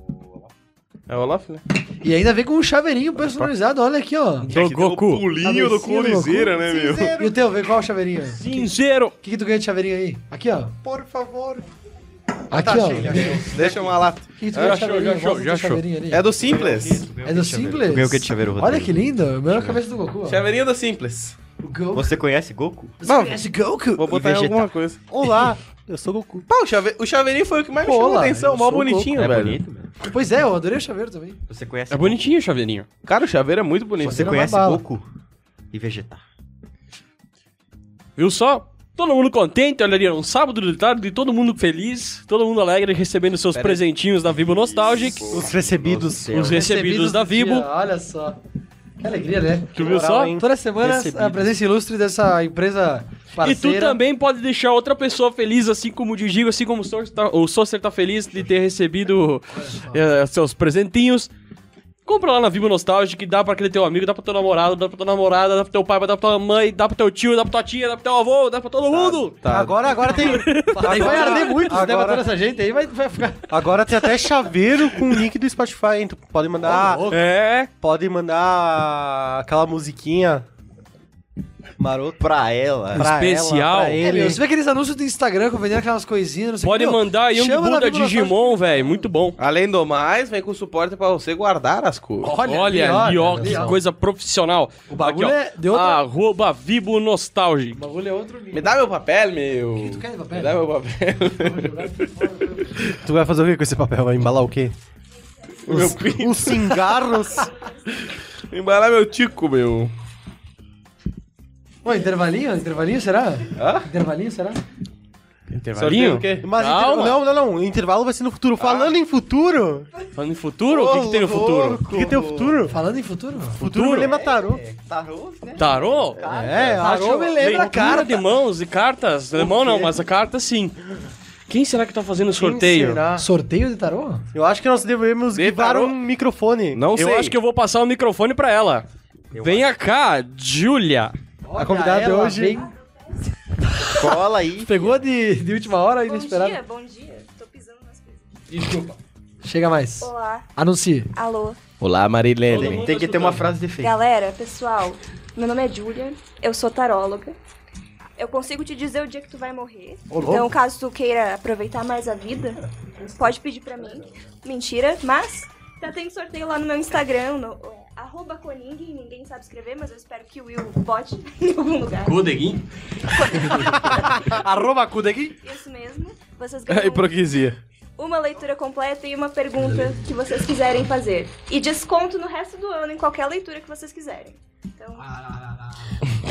Speaker 5: É o Olaf, né?
Speaker 2: E ainda vem com um chaveirinho personalizado, olha aqui, ó.
Speaker 3: Do Goku.
Speaker 5: Pulinho
Speaker 2: do Coliseira,
Speaker 5: né,
Speaker 2: E o teu, vê qual é o chaveirinho? O
Speaker 3: Cinzeiro.
Speaker 2: que, que tu ganha de chaveirinho aí? Aqui, ó.
Speaker 8: Por favor. Tá,
Speaker 2: Aqui, ó. O
Speaker 5: Deixa uma lata.
Speaker 2: que, que tu ganha de
Speaker 3: achou,
Speaker 2: chaveirinho?
Speaker 3: já achou,
Speaker 2: Mostra
Speaker 3: já
Speaker 2: o
Speaker 3: achou.
Speaker 2: chaveirinho ali.
Speaker 5: É do Simples.
Speaker 2: É do Simples?
Speaker 1: Tu ganhou o que de chaveiro, Rodrigo?
Speaker 2: Olha que lindo, o meu é a cabeça do Goku. ó.
Speaker 5: Chaveirinho do Simples.
Speaker 2: O Goku.
Speaker 1: Você conhece Goku?
Speaker 2: Você conhece Goku?
Speaker 5: Vou botar em
Speaker 1: Vegeta.
Speaker 5: alguma coisa.
Speaker 4: Olá, eu sou Goku.
Speaker 5: Pá, o, chave... o chaveirinho foi o que mais me
Speaker 2: Pô,
Speaker 5: chamou a
Speaker 2: lá,
Speaker 5: atenção.
Speaker 2: eu
Speaker 5: Mó
Speaker 2: sou louco.
Speaker 5: bonitinho,
Speaker 1: É
Speaker 5: velho.
Speaker 1: bonito, mano.
Speaker 2: Pois é, eu adorei o chaveiro também.
Speaker 1: Você conhece
Speaker 3: É bonitinho o chaveirinho.
Speaker 5: Cara, o chaveiro é muito bonito.
Speaker 1: Você
Speaker 2: Era uma
Speaker 1: conhece
Speaker 2: bala.
Speaker 1: Goku e Vegeta.
Speaker 3: Viu só? Todo mundo contente, olha ali, um sábado de tarde, todo mundo feliz, todo mundo alegre, recebendo seus
Speaker 5: Pera aí.
Speaker 3: presentinhos da Vivo Nostalgic,
Speaker 4: Os recebidos.
Speaker 1: Nossa,
Speaker 3: os recebidos da
Speaker 2: do dia,
Speaker 3: Vivo.
Speaker 2: Olha só. Que alegria, né?
Speaker 3: Tu viu só?
Speaker 4: Hein?
Speaker 2: Toda semana a
Speaker 4: Recebidos.
Speaker 2: presença ilustre dessa empresa
Speaker 3: E
Speaker 2: parceira.
Speaker 3: tu também pode deixar outra pessoa feliz, assim como o Digigo, assim como o Sorcer tá, o Sorcer tá feliz de ter recebido eh, seus presentinhos. Compra lá na Vivo Nostalgic, dá pra aquele teu amigo, dá pra teu namorado, dá pra tua namorada, dá pro teu pai, dá pra tua mãe, dá pro teu tio, dá pra tua tia, dá pro teu avô, dá pra todo mundo!
Speaker 5: Tá.
Speaker 4: Agora, agora tem.
Speaker 2: Aí vai arder muito, se der pra toda
Speaker 4: agora,
Speaker 2: essa gente aí, vai, vai ficar...
Speaker 4: agora tem até chaveiro com o link do Spotify, hein? Tu pode mandar.
Speaker 2: tá.
Speaker 3: É,
Speaker 4: pode mandar aquela musiquinha maroto
Speaker 1: Pra ela.
Speaker 4: pra
Speaker 3: Especial.
Speaker 4: ela, pra
Speaker 2: É,
Speaker 4: ele.
Speaker 2: meu, você vê aqueles anúncios do Instagram com vendendo aquelas coisinhas, não sei
Speaker 3: pode
Speaker 2: o que. meu,
Speaker 3: mandar aí um
Speaker 2: chama na
Speaker 3: Buda
Speaker 2: Vivo Nostalgic.
Speaker 3: Digimon, velho, muito bom.
Speaker 5: Além do mais, vem com suporte pra você guardar as coisas.
Speaker 2: Olha,
Speaker 3: Olha, ali, ó,
Speaker 2: olha,
Speaker 3: que
Speaker 2: olha.
Speaker 3: coisa profissional.
Speaker 2: O bagulho
Speaker 3: Aqui, ó,
Speaker 2: é de outra-
Speaker 3: Arroba Vibo Nostalgic.
Speaker 2: O bagulho é outro
Speaker 5: Me
Speaker 2: nível.
Speaker 5: dá meu papel, meu.
Speaker 2: tu quer de papel?
Speaker 5: Me dá meu papel.
Speaker 4: Tu vai fazer o que com esse papel? Vai embalar o quê?
Speaker 5: meu pinto.
Speaker 4: Os cigarros.
Speaker 5: Embalar meu tico, meu.
Speaker 2: Ô, intervalinho? Intervalinho, será?
Speaker 5: Hã?
Speaker 2: Intervalinho, será?
Speaker 5: Sorteio o quê?
Speaker 4: Mas
Speaker 3: Calma.
Speaker 4: intervalo- não, não, não. O intervalo vai ser no futuro. Falando em futuro.
Speaker 3: Falando em futuro, o que, que tem no futuro?
Speaker 4: O que tem o futuro?
Speaker 2: Falando em futuro?
Speaker 4: Futuro me lembra tarô.
Speaker 8: Tarô, né?
Speaker 3: Tarô?
Speaker 4: É, acho.
Speaker 2: Achou, me lembra,
Speaker 3: Leitura
Speaker 2: cara.
Speaker 3: de mãos e cartas. De mão não, mas a carta sim. Quem será que tá fazendo o sorteio?
Speaker 4: será?
Speaker 2: Sorteio de tarô?
Speaker 4: Eu acho que nós devemos
Speaker 5: De
Speaker 4: levar
Speaker 5: tarô.
Speaker 4: um microfone.
Speaker 5: Não sei.
Speaker 3: Eu acho que eu vou passar o microfone pra ela. Venha cá, Júlia.
Speaker 4: A convidada de
Speaker 2: ela
Speaker 4: hoje.
Speaker 2: vem-
Speaker 8: Cola aí.
Speaker 2: Pegou de, de última hora,
Speaker 6: Bom
Speaker 2: inesperada.
Speaker 6: dia, bom dia. Tô pisando nas coisas.
Speaker 2: Chega mais.
Speaker 6: Olá,
Speaker 2: Anuncie.
Speaker 6: alô.
Speaker 5: Olá, Marilene.
Speaker 3: Todo mundo
Speaker 1: Tem
Speaker 3: tá
Speaker 1: que ter uma
Speaker 3: escutando.
Speaker 1: frase de efeito.
Speaker 6: Galera, pessoal, meu nome é Julia, eu sou taróloga. Eu consigo te dizer o dia que tu vai morrer. então, caso tu queira aproveitar mais a vida, pode pedir pra mim. Mentira, mas tá tendo sorteio lá no meu Instagram, no é, arroba Coning, ninguém sabe escrever, mas eu espero que o Will bote em algum lugar.
Speaker 3: Codeguin.
Speaker 2: Arroba Kudegui.
Speaker 6: Isso mesmo. Vocês
Speaker 5: E
Speaker 3: É
Speaker 6: ganham um
Speaker 5: hipocrisia.
Speaker 6: uma leitura completa e uma pergunta que vocês quiserem fazer. E desconto no resto do ano em qualquer leitura que vocês quiserem. Então,
Speaker 5: Ah.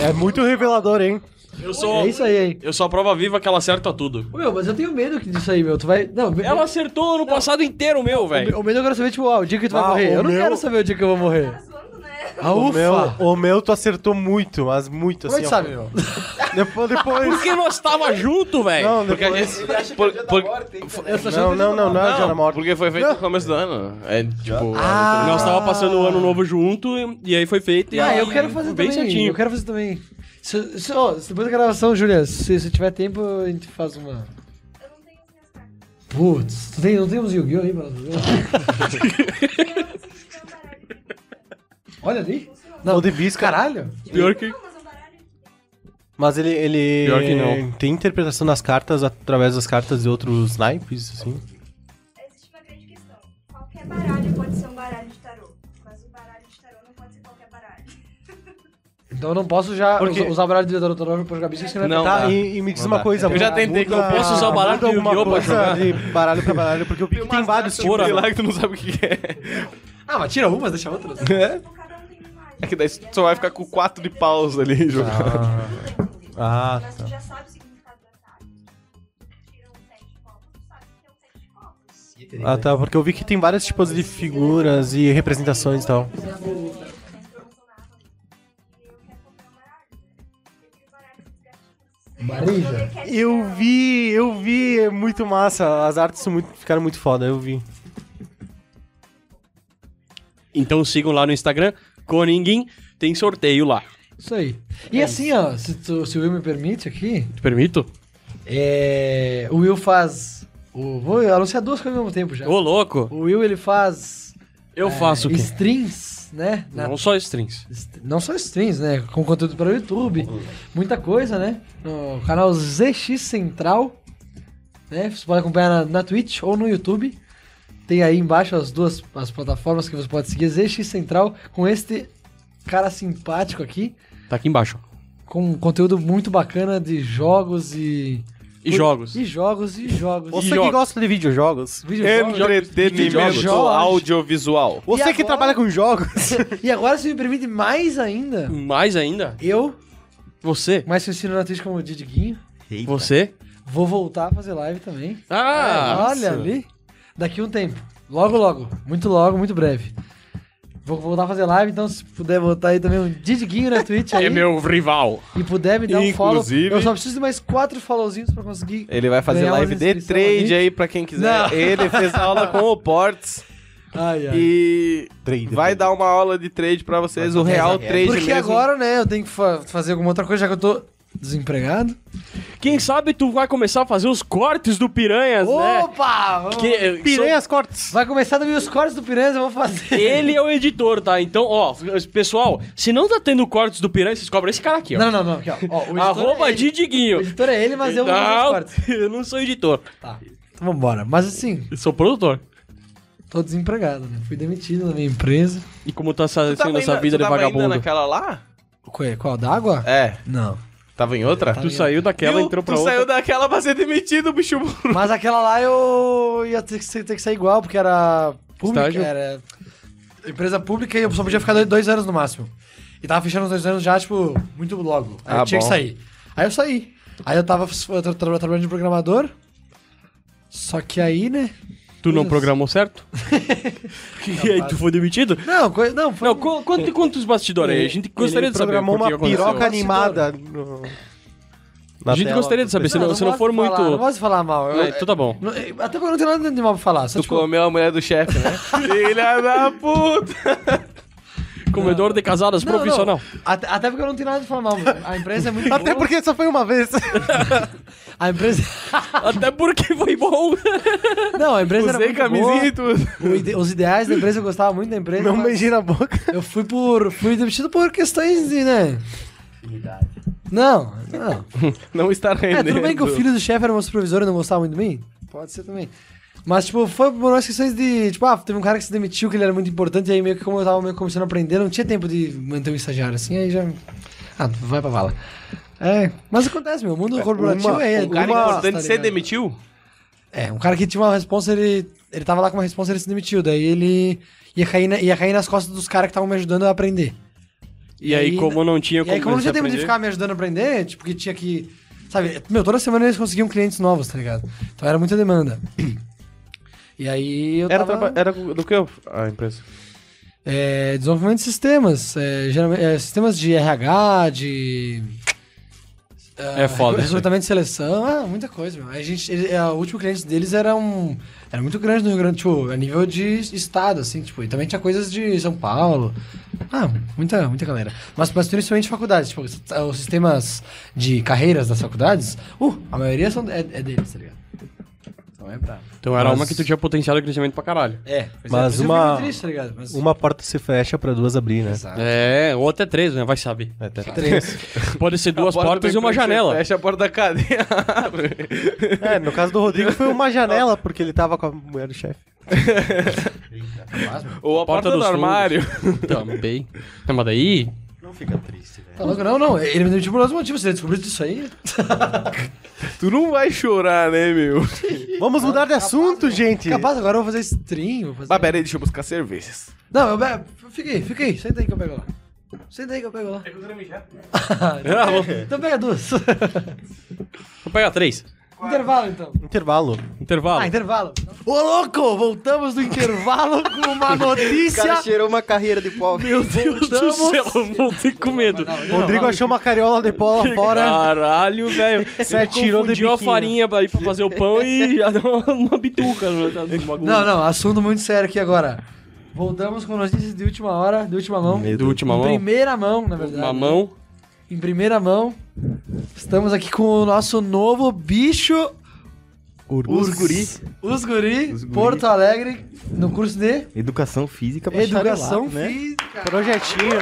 Speaker 4: É muito revelador, hein?
Speaker 3: Eu sou.
Speaker 2: É isso aí, hein?
Speaker 3: Eu sou a prova viva que ela acerta tudo.
Speaker 2: Ô, Meu, mas eu tenho medo que disso aí, meu. Tu vai. Não,
Speaker 3: Ela acertou no passado inteiro, meu, velho.
Speaker 2: O medo eu quero saber, tipo, ah, o dia que tu vai
Speaker 4: Ah,
Speaker 2: morrer.
Speaker 4: o
Speaker 2: Eu não
Speaker 4: meu-
Speaker 2: quero saber o dia que eu vou morrer.
Speaker 6: tá zoando, né?
Speaker 2: Ah,
Speaker 4: o,
Speaker 2: ufa.
Speaker 4: meu, o meu tu acertou muito, mas muito
Speaker 2: Como é que
Speaker 4: assim. ó.
Speaker 2: sabe, meu?
Speaker 4: Depois, depois.
Speaker 3: Porque nós tava junto, velho.
Speaker 4: Não,
Speaker 5: Porque a
Speaker 4: depois.
Speaker 5: gente.
Speaker 8: Ele acha que
Speaker 5: por-
Speaker 8: é o dia da
Speaker 5: por-
Speaker 8: morte, hein, cara?
Speaker 2: Eu tô
Speaker 4: Não,
Speaker 2: tá achando
Speaker 4: não,
Speaker 2: que-
Speaker 4: não, não é o dia da
Speaker 5: Não,
Speaker 4: morte.
Speaker 5: porque foi feito
Speaker 4: Não.
Speaker 5: no começo do ano. É tipo.
Speaker 2: Ah.
Speaker 3: Nós tava passando o ano novo junto e, e aí foi feito. e
Speaker 2: Ah,
Speaker 3: aí
Speaker 2: eu quero fazer
Speaker 3: bem
Speaker 2: também.
Speaker 3: certinho.
Speaker 2: Eu quero fazer também. Se, se- ó, se depois da gravação, Julia, se se tiver tempo, a gente faz uma.
Speaker 6: Eu não tenho as minhas cartas.
Speaker 2: Putz, tu tem, não temos Yu-Gi-Oh aí, mano?
Speaker 6: Eu não consegui ver um baralho.
Speaker 2: Olha ali.
Speaker 6: Funciona.
Speaker 2: Não, de caralho.
Speaker 3: Pior que.
Speaker 6: Não, mas é um baralho que tem.
Speaker 4: Mas ele, ele
Speaker 3: Pior que não.
Speaker 4: tem interpretação das cartas através das cartas de outros naipes, assim.
Speaker 6: é, Existe uma grande questão. Qualquer baralho pode ser um baralho de tarô. Mas o baralho de tarô não pode ser qualquer baralho.
Speaker 2: Então eu não posso já
Speaker 4: Por quê?
Speaker 2: usar, usar o baralho de Dora Toró pra jogar bicho, que não é
Speaker 5: Não.
Speaker 4: tá,
Speaker 5: dá.
Speaker 4: e, e me diz
Speaker 1: Não
Speaker 4: uma
Speaker 1: dá.
Speaker 4: coisa.
Speaker 3: Eu já
Speaker 4: muda-
Speaker 3: tentei que eu posso usar o baralho
Speaker 4: muda
Speaker 3: do
Speaker 4: alguma
Speaker 3: Yu-Gi-Oh pra
Speaker 4: coisa
Speaker 3: jogar.
Speaker 4: De baralho pra baralho, porque eu vi que tem vários tipos.
Speaker 3: Fora,
Speaker 5: Milagre, tu não sabe o que é.
Speaker 2: Ah, mas tira uma, deixa outra.
Speaker 6: Então cada um tem uma imagem.
Speaker 5: É que daí tu só vai ficar com quatro de paus né? ali jogando.
Speaker 4: Ah,
Speaker 6: Mas
Speaker 4: tá.
Speaker 6: tu já sabe o significado da carta. Tira um sete de copas, tu sabe que é um sete de copas.
Speaker 4: Ah, tá, porque eu vi que tem vários tipos de figuras e representações e tal. né?
Speaker 2: Barriga.
Speaker 4: Eu vi, eu vi, é muito massa. As artes são muito- ficaram muito foda, eu vi.
Speaker 3: Então sigam lá no Instagram, Coninguin, tem sorteio lá.
Speaker 2: Isso aí. E
Speaker 4: É
Speaker 2: assim, ó, se, tu- se o Will me permite aqui,
Speaker 3: Te permito?
Speaker 2: é, o Will faz. o- vou anunciar duas coisas ao mesmo tempo já.
Speaker 3: Ô, louco!
Speaker 2: O Will ele faz
Speaker 3: Eu
Speaker 2: É,
Speaker 3: faço o quê?
Speaker 2: streams, né? Na-
Speaker 3: Não só strings.
Speaker 2: est- não só streams, né? Com conteúdo para o YouTube, muita coisa, né? No canal ZX Central, né? Você pode acompanhar na, na Twitch ou no YouTube. Tem aí embaixo as duas as plataformas que você pode seguir. ZX Central com este cara simpático aqui,
Speaker 3: Tá aqui embaixo.
Speaker 2: com um conteúdo muito bacana de jogos e
Speaker 3: E jogos.
Speaker 2: E jogos e jogos.
Speaker 4: Você
Speaker 2: E
Speaker 4: que
Speaker 3: jogos.
Speaker 4: gosta de
Speaker 5: É,
Speaker 4: videojogos?
Speaker 2: videojogos.
Speaker 5: Entretenimento
Speaker 2: Videojogos.
Speaker 5: audiovisual.
Speaker 4: Você que
Speaker 2: agora?
Speaker 4: trabalha com jogos?
Speaker 2: E agora, se me permite mais ainda,
Speaker 3: Mais ainda,
Speaker 2: eu,
Speaker 3: você.
Speaker 2: mais conhecido na Twitch como Didiguinho,
Speaker 1: Eita.
Speaker 3: Você.
Speaker 2: vou voltar a fazer live também. É,
Speaker 3: Ah!
Speaker 2: olha ali. Daqui um tempo. Logo, logo. Muito logo, muito breve. Vou voltar a fazer live, então se puder botar aí também um Didiguinho na Twitch aí.
Speaker 3: É meu rival.
Speaker 2: E puder me dar um follow.
Speaker 5: Inclusive-
Speaker 2: Eu só preciso de mais quatro followzinhos pra conseguir.
Speaker 5: Ele vai fazer
Speaker 2: Ganhar umas
Speaker 5: live de
Speaker 2: inscrição
Speaker 5: trade
Speaker 2: ali.
Speaker 5: aí pra quem quiser.
Speaker 2: é Não.
Speaker 5: Ele fez aula com o Ports
Speaker 2: Ai, ai.
Speaker 5: e
Speaker 4: Trade,
Speaker 5: vai dar uma aula de trade pra vocês, o real trade
Speaker 2: Porque
Speaker 5: mesmo.
Speaker 2: agora, né, eu tenho que fa- fazer alguma outra coisa, já que eu tô desempregado.
Speaker 3: Quem sabe tu vai começar a fazer os cortes do Piranhas,
Speaker 5: é.
Speaker 3: né?
Speaker 2: Opa! Vamos...
Speaker 3: Que, eh,
Speaker 2: é
Speaker 4: Piranhas cortes.
Speaker 2: Vai começar também os cortes do Piranhas, eu vou fazer.
Speaker 3: são- Ele é o editor, tá? Então, ó, pessoal, se não tá tendo cortes do Piranhas, vocês cobram esse cara aqui, ó.
Speaker 2: Não, não, não. Aqui, ó. Ó, o editor
Speaker 3: Arroba
Speaker 2: é ele.
Speaker 3: Didiguinho.
Speaker 2: O editor é ele, mas eu vou fazer os cortes.
Speaker 3: Não, eu não sou editor.
Speaker 2: Tá. Então vambora. Mas assim,
Speaker 3: Eu sou produtor.
Speaker 2: tô desempregado, né? Fui demitido da minha empresa.
Speaker 3: E como tá sendo
Speaker 5: Tu tava
Speaker 3: essa
Speaker 5: ainda-
Speaker 3: vida
Speaker 5: tu
Speaker 3: de
Speaker 5: tava ainda
Speaker 3: vagabundo?
Speaker 5: naquela lá?
Speaker 2: Qual é? Qual? D'água?
Speaker 5: É.
Speaker 2: Não.
Speaker 5: Tava em outra?
Speaker 3: Tu saiu daquela,
Speaker 5: Viu?
Speaker 3: entrou pra
Speaker 5: tu
Speaker 3: outra.
Speaker 5: saiu daquela pra ser demitido, bicho.
Speaker 2: Mas aquela lá eu ia ter que, ser- ter que sair igual, porque era pública,
Speaker 3: Estágio?
Speaker 2: era empresa pública e eu só podia ficar dois, dois anos no máximo. E tava fechando os dois anos já, tipo, muito logo. Aí
Speaker 5: Ah,
Speaker 2: eu tinha
Speaker 5: bom.
Speaker 2: que sair. Aí eu saí. Aí eu tava f- tra- tra- trabalhando de programador. Só que aí, né?
Speaker 3: Tu não
Speaker 2: Coisas.
Speaker 3: programou certo? e aí tu foi demitido?
Speaker 2: Não, coi- não, foi um
Speaker 3: Não, co- conta, conta os bastidores aí. A gente gostaria de saber.
Speaker 4: programou
Speaker 3: por que
Speaker 4: uma
Speaker 3: aconteceu.
Speaker 4: piroca animada. No...
Speaker 3: A gente gostaria de saber, se não, se não
Speaker 2: gosto
Speaker 3: for
Speaker 2: de
Speaker 3: muito.
Speaker 2: falar, Não posso falar mal. eu-
Speaker 3: É, então tá bom.
Speaker 2: não- até porque eu não tenho nada de mal pra falar. Só,
Speaker 5: Tu
Speaker 2: tipo,
Speaker 5: comeu a mulher do chefe, né? Filha da puta!
Speaker 3: Comedor de casadas
Speaker 2: não,
Speaker 3: profissional.
Speaker 2: não. Até, até porque eu não tenho nada de falar mal. A empresa é muito boa.
Speaker 4: Até porque só foi uma vez.
Speaker 2: A empresa...
Speaker 3: Até porque foi bom.
Speaker 2: Não, a empresa era
Speaker 5: Usei
Speaker 2: muito
Speaker 5: camisinha e tudo.
Speaker 2: boa. O ide- Os ideais da empresa, eu gostava muito da empresa.
Speaker 4: Não
Speaker 2: mas
Speaker 4: beijei na boca.
Speaker 2: Eu fui por... Fui demitido por questões de, né? Não, não.
Speaker 5: Não está
Speaker 2: É,
Speaker 5: rendendo.
Speaker 2: tudo bem que o filho do chefe era meu supervisor e não gostava muito de mim? Pode ser também. Mas, tipo, foi por umas questões de. Tipo, ah, teve um cara que se demitiu, que ele era muito importante, e aí meio que como eu tava meio começando a aprender, não tinha tempo de manter um estagiário assim, aí já. Ah, vai pra vala. É, mas acontece, meu. O mundo corporativo é.
Speaker 5: Um cara
Speaker 2: uma-
Speaker 5: importante
Speaker 2: tá
Speaker 5: se
Speaker 2: ligado?
Speaker 5: demitiu?
Speaker 2: É, um cara que tinha uma responsa, ele. Ele tava lá com uma responsa, ele se demitiu. Daí ele ia cair, na- ia cair nas costas dos caras que estavam me ajudando a aprender.
Speaker 3: E aí,
Speaker 2: E aí,
Speaker 3: como não tinha
Speaker 2: E aí, como não
Speaker 3: se
Speaker 2: tinha tempo de
Speaker 3: aprender-
Speaker 2: ficar me ajudando a aprender, tipo, que tinha que. Sabe, meu, toda semana eles conseguiam clientes novos, tá ligado? Então era muita demanda. E aí eu
Speaker 5: Era,
Speaker 2: tava.
Speaker 5: traba- era do que a empresa?
Speaker 2: é, desenvolvimento de sistemas. é, geralmente, é, sistemas de RH, de.
Speaker 3: É foda. isso aí.
Speaker 2: Recrutamento de seleção, ah, muita coisa, meu. A gente, ele, a, o último cliente deles era um. Era muito grande no Rio Grande, tipo, a nível de estado, assim, tipo, e também tinha coisas de São Paulo. Ah, muita, muita galera. Mas, mas principalmente faculdades, tipo, os- os sistemas de carreiras das faculdades, uh, a maioria são, é, é deles, tá ligado? Então é brabo.
Speaker 3: Então era
Speaker 4: Mas-
Speaker 3: uma que tu tinha potencial de crescimento pra caralho.
Speaker 2: É, pois é, por
Speaker 4: Mas
Speaker 2: isso eu
Speaker 4: uma-
Speaker 2: fico muito triste, tá ligado? Mas,
Speaker 4: Uma porta se fecha pra duas abrir, né?
Speaker 2: Exato.
Speaker 3: É, ou até três, né? Vai saber.
Speaker 4: Até
Speaker 2: Três.
Speaker 3: Pode ser duas
Speaker 5: A porta
Speaker 3: portas
Speaker 5: do
Speaker 3: e uma
Speaker 5: emprego
Speaker 3: janela.
Speaker 5: Fecha a porta da cadeia. abre.
Speaker 4: É, no caso do Rodrigo foi uma janela, porque ele tava com a mulher do chefe.
Speaker 5: Ou a porta,
Speaker 3: Porta
Speaker 5: do,
Speaker 3: dos
Speaker 5: armário.
Speaker 3: Também. Não, mas daí.
Speaker 8: Não fica triste, velho.
Speaker 2: Tá louco? Não, não. Ele me deu tipo os motivos. Você descobriu isso aí?
Speaker 5: Tu não vai chorar, né, meu?
Speaker 4: Vamos mudar de assunto, gente!
Speaker 2: Capaz, agora eu vou fazer stream. Vou fazer...
Speaker 5: Mas pera aí, deixa eu buscar cervejas.
Speaker 2: Não, eu be- fica aí, fica aí. Senta aí que eu pego lá. Senta aí que eu pego lá.
Speaker 3: Ah, vou, vou
Speaker 2: Então pega duas.
Speaker 3: pegar três.
Speaker 2: intervalo, então.
Speaker 4: Intervalo.
Speaker 3: Intervalo.
Speaker 2: Ah, intervalo. Ô, louco! Voltamos do intervalo com uma
Speaker 8: O cara
Speaker 2: notícia.
Speaker 8: cheirou uma carreira de pau.
Speaker 3: Meu Deus do céu, eu voltei com medo.
Speaker 4: Rodrigo achou uma cariola de bola fora.
Speaker 3: Caralho, velho.
Speaker 4: Você atirou de
Speaker 3: Confundiu a
Speaker 4: biquinho.
Speaker 3: farinha pra- aí pra fazer o pão e já deu uma, uma bituca. no- no bagulho.
Speaker 2: é Não, não. Assunto muito sério aqui agora. Voltamos com notícias de última hora, de última mão.
Speaker 1: Meu
Speaker 3: Do última
Speaker 2: Em
Speaker 3: mão.
Speaker 2: primeira mão, na verdade.
Speaker 3: Uma mão.
Speaker 2: Em primeira mão, estamos aqui com o nosso novo bicho
Speaker 1: Urguri.
Speaker 2: Os guri, Porto Alegre, no curso de
Speaker 1: Educação física bacharelado,
Speaker 2: Educação
Speaker 1: né?
Speaker 2: Física.
Speaker 4: Projetinho.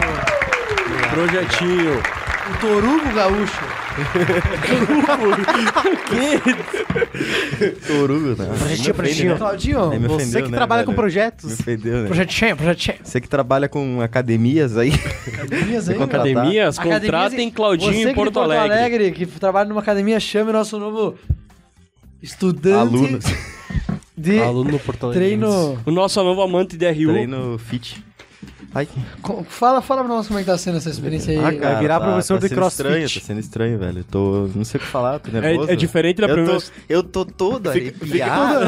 Speaker 3: Projetinho.
Speaker 2: O Torugo Gaúcho.
Speaker 1: Torugo, né?
Speaker 4: Projetinho, projetinho.
Speaker 1: Aí
Speaker 2: Claudinho,
Speaker 1: me
Speaker 4: Você
Speaker 1: ofendeu,
Speaker 4: que
Speaker 1: né,
Speaker 4: trabalha com
Speaker 1: velho? Me
Speaker 4: projetos.
Speaker 1: ofendeu, né?
Speaker 2: projetinho, projetinho.
Speaker 1: Você que trabalha com academias aí.
Speaker 2: Academias aí,
Speaker 1: Você
Speaker 2: meu.
Speaker 1: contrata-
Speaker 3: Academias, contratem
Speaker 2: Academias-
Speaker 3: Claudinho
Speaker 2: Você que
Speaker 3: em
Speaker 2: de
Speaker 3: Porto, Alegre.
Speaker 2: que trabalha numa academia, chame o nosso novo estudante
Speaker 1: Alunos.
Speaker 2: de
Speaker 4: Aluno do Porto Alegre.
Speaker 2: treino.
Speaker 3: O nosso novo amante de RU.
Speaker 1: Treino fit. Ai,
Speaker 2: Co- Fala, fala pra nós como é que tá sendo essa experiência aí.
Speaker 1: ah, cara,
Speaker 4: virar
Speaker 1: tá-
Speaker 4: professor
Speaker 1: tá
Speaker 4: de
Speaker 1: sendo
Speaker 4: crossfit.
Speaker 1: Estranho, tá sendo estranho, velho. Eu Tô, não sei o que falar, tô nervoso.
Speaker 3: é diferente da
Speaker 1: eu
Speaker 3: primeira-
Speaker 1: Tô, eu tô todo arrepiado.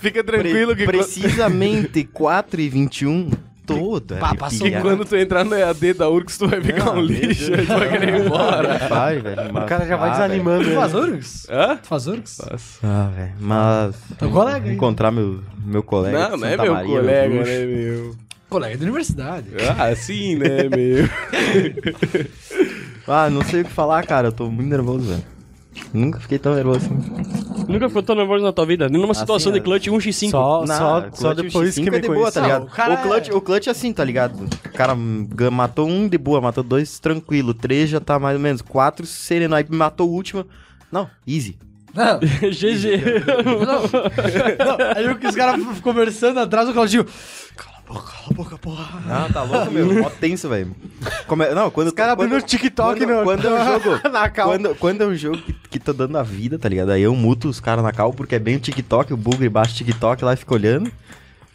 Speaker 5: Fica tranquilo que,
Speaker 1: Pre- Precisamente 4 e 21, todo
Speaker 2: Pá, passou
Speaker 5: que quando tu entrar no EAD da URCS, tu vai ficar um lixo. Tu vai querer ir embora.
Speaker 1: Vai, velho.
Speaker 4: O cara já vai desanimando.
Speaker 2: Tu
Speaker 4: ele.
Speaker 2: faz Urgs?
Speaker 5: Hã?
Speaker 2: Tu faz Urgs?
Speaker 1: Ah, velho. Mas.
Speaker 2: Teu colega aí.
Speaker 1: Encontrar meu, meu colega. de
Speaker 5: Não, não é
Speaker 1: Santa
Speaker 5: meu
Speaker 1: Maria,
Speaker 5: colega,
Speaker 1: bruxo.
Speaker 5: né, meu?
Speaker 2: Colega da universidade.
Speaker 5: Ah, sim, né, meu?
Speaker 1: Ah, não sei o que falar, cara. Eu tô muito nervoso, velho. Nunca fiquei tão nervoso assim.
Speaker 3: Nunca ficou tão nervoso na tua vida. Numa situação
Speaker 1: Assim,
Speaker 3: de clutch 1x5.
Speaker 4: Só,
Speaker 1: Não,
Speaker 4: só,
Speaker 1: clutch
Speaker 4: só depois
Speaker 1: X5
Speaker 4: que me
Speaker 1: é de boa, tá
Speaker 4: conheci.
Speaker 1: ligado?
Speaker 2: Não, o
Speaker 1: o,
Speaker 2: cara
Speaker 1: clutch,
Speaker 2: é-
Speaker 1: o clutch é assim, tá ligado? O cara ga- matou um de boa, matou dois tranquilo, três já tá mais ou menos, quatro sereno, aí matou o último. Não, easy.
Speaker 2: Não,
Speaker 3: GG.
Speaker 2: Não, não, aí os caras f- conversando atrás, o Claudinho. Cala a boca, cala a boca, porra.
Speaker 1: Ah, tá louco, meu. Mó tenso, velho. Como é- Não, quando
Speaker 4: Os
Speaker 2: Tá
Speaker 4: caras
Speaker 1: quando-
Speaker 4: abrindo o TikTok
Speaker 1: quando,
Speaker 4: no...
Speaker 1: quando é um jogo.
Speaker 4: na calma.
Speaker 1: Quando, quando é um jogo que, que tá dando a vida, tá ligado? Aí eu muto os caras na cal, porque é bem o TikTok, o bugre baixa o TikTok lá e fica olhando.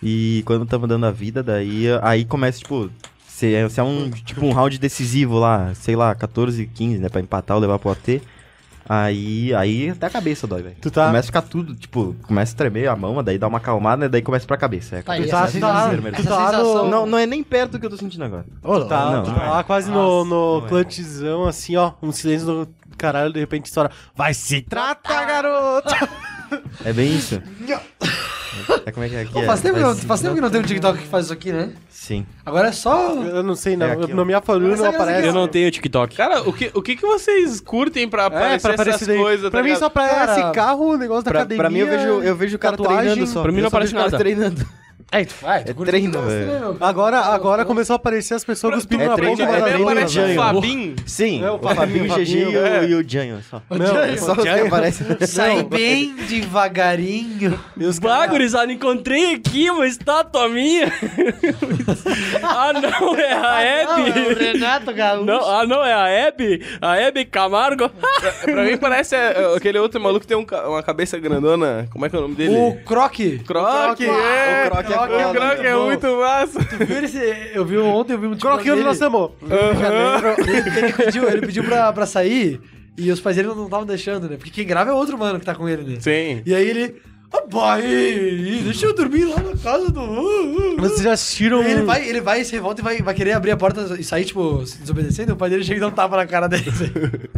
Speaker 1: E quando tamo dando a vida, daí aí começa, tipo, se é, se é um tipo um round decisivo lá, sei lá, 14, 15, né? Pra empatar ou levar pro AT. Aí, aí até a cabeça dói, velho.
Speaker 4: Tu tá-
Speaker 1: Começa a ficar tudo, tipo, começa a tremer a mão, daí dá uma acalmada, né? Daí começa pra cabeça. É,
Speaker 2: Tá,
Speaker 1: cabeça
Speaker 2: e essa
Speaker 1: de
Speaker 2: sensação-
Speaker 1: zero, velho.
Speaker 2: essa sensação-
Speaker 1: não, não é nem perto do que eu tô sentindo agora.
Speaker 4: Tá,
Speaker 1: Não,
Speaker 4: tu
Speaker 1: não
Speaker 4: tá
Speaker 1: é.
Speaker 4: lá quase no, no
Speaker 1: não é.
Speaker 4: clutchzão, assim, ó. Um silêncio do caralho, de repente estoura. Vai se tratar, garoto!
Speaker 1: É bem isso. é como é que é aqui?
Speaker 2: Pô,
Speaker 1: é?
Speaker 2: faz tempo, que,
Speaker 1: Vai
Speaker 2: não-
Speaker 1: se-
Speaker 2: faz tempo que não tem um TikTok que faz isso aqui, né?
Speaker 1: Sim.
Speaker 2: Agora é só.
Speaker 4: Eu não sei, não.
Speaker 1: É
Speaker 4: eu
Speaker 1: aqui, ó.
Speaker 4: não me afalho,
Speaker 2: Parece
Speaker 4: não
Speaker 2: aquelas
Speaker 4: aparece.
Speaker 3: Eu não tenho TikTok.
Speaker 5: Cara, o que, o que, que vocês curtem pra
Speaker 4: É,
Speaker 5: aparecer
Speaker 4: pra aparecer
Speaker 5: essas
Speaker 4: daí.
Speaker 5: coisas,
Speaker 4: pra
Speaker 5: tá
Speaker 4: mim
Speaker 5: ligado?
Speaker 4: só pra
Speaker 2: Cara,
Speaker 4: esse carro, o negócio da
Speaker 1: Pra,
Speaker 4: academia.
Speaker 1: pra mim, eu vejo, eu vejo o cara
Speaker 4: tatuagem.
Speaker 1: treinando só.
Speaker 3: Pra mim não
Speaker 1: Eu só
Speaker 3: aparece
Speaker 1: vejo o cara
Speaker 3: nada.
Speaker 1: treinando.
Speaker 2: É, tu vai, tu
Speaker 1: É
Speaker 2: curte
Speaker 1: treino,
Speaker 2: o negócio,
Speaker 1: velho.
Speaker 2: né, meu?
Speaker 4: Agora, agora começou a aparecer as pessoas cuspindo
Speaker 1: é
Speaker 4: na
Speaker 1: trem
Speaker 4: bomba.
Speaker 1: de-
Speaker 5: Pra
Speaker 1: é
Speaker 5: mim
Speaker 1: trem de
Speaker 5: aparece o
Speaker 4: né?
Speaker 1: Janho.
Speaker 5: né? Fabinho.
Speaker 1: Sim,
Speaker 4: É, o
Speaker 1: o Fabinho,
Speaker 4: Fabinho,
Speaker 1: o GG e o,
Speaker 4: é.
Speaker 1: e o Janho. Só,
Speaker 4: Não,
Speaker 1: é só os que aparecem.
Speaker 2: Sai bem devagarinho.
Speaker 4: Meus
Speaker 3: Ah, gurizada, encontrei aqui uma estátua minha. ah, não, é a Hebe.
Speaker 2: Ah, Renato Gaúcho.
Speaker 3: Não, ah, não, é a Hebe. A Hebe Camargo.
Speaker 5: Pra mim parece é, aquele outro maluco que tem um ca- uma cabeça grandona. Como é que é o nome dele?
Speaker 2: O Croc.
Speaker 5: Croc, é! O Croc é,
Speaker 2: foda,
Speaker 5: é
Speaker 2: bom.
Speaker 5: muito massa.
Speaker 2: Tu viu esse- Eu vi ontem, eu vi um
Speaker 4: Croque onde nós estamos.
Speaker 2: ele, ele pediu, ele pediu pra, pra sair e os pais dele não estavam deixando, né? Porque quem grava é outro mano que tá com ele, né?
Speaker 5: Sim.
Speaker 2: E aí ele. Ah, pai, deixa eu dormir lá na casa do. uh, uh, uh."
Speaker 4: Vocês já assistiram. um-
Speaker 2: Ele vai, ele vai, se revolta e vai, vai querer abrir a porta e sair, tipo, se desobedecendo. O pai dele chega e dá um tapa na cara dele. assim.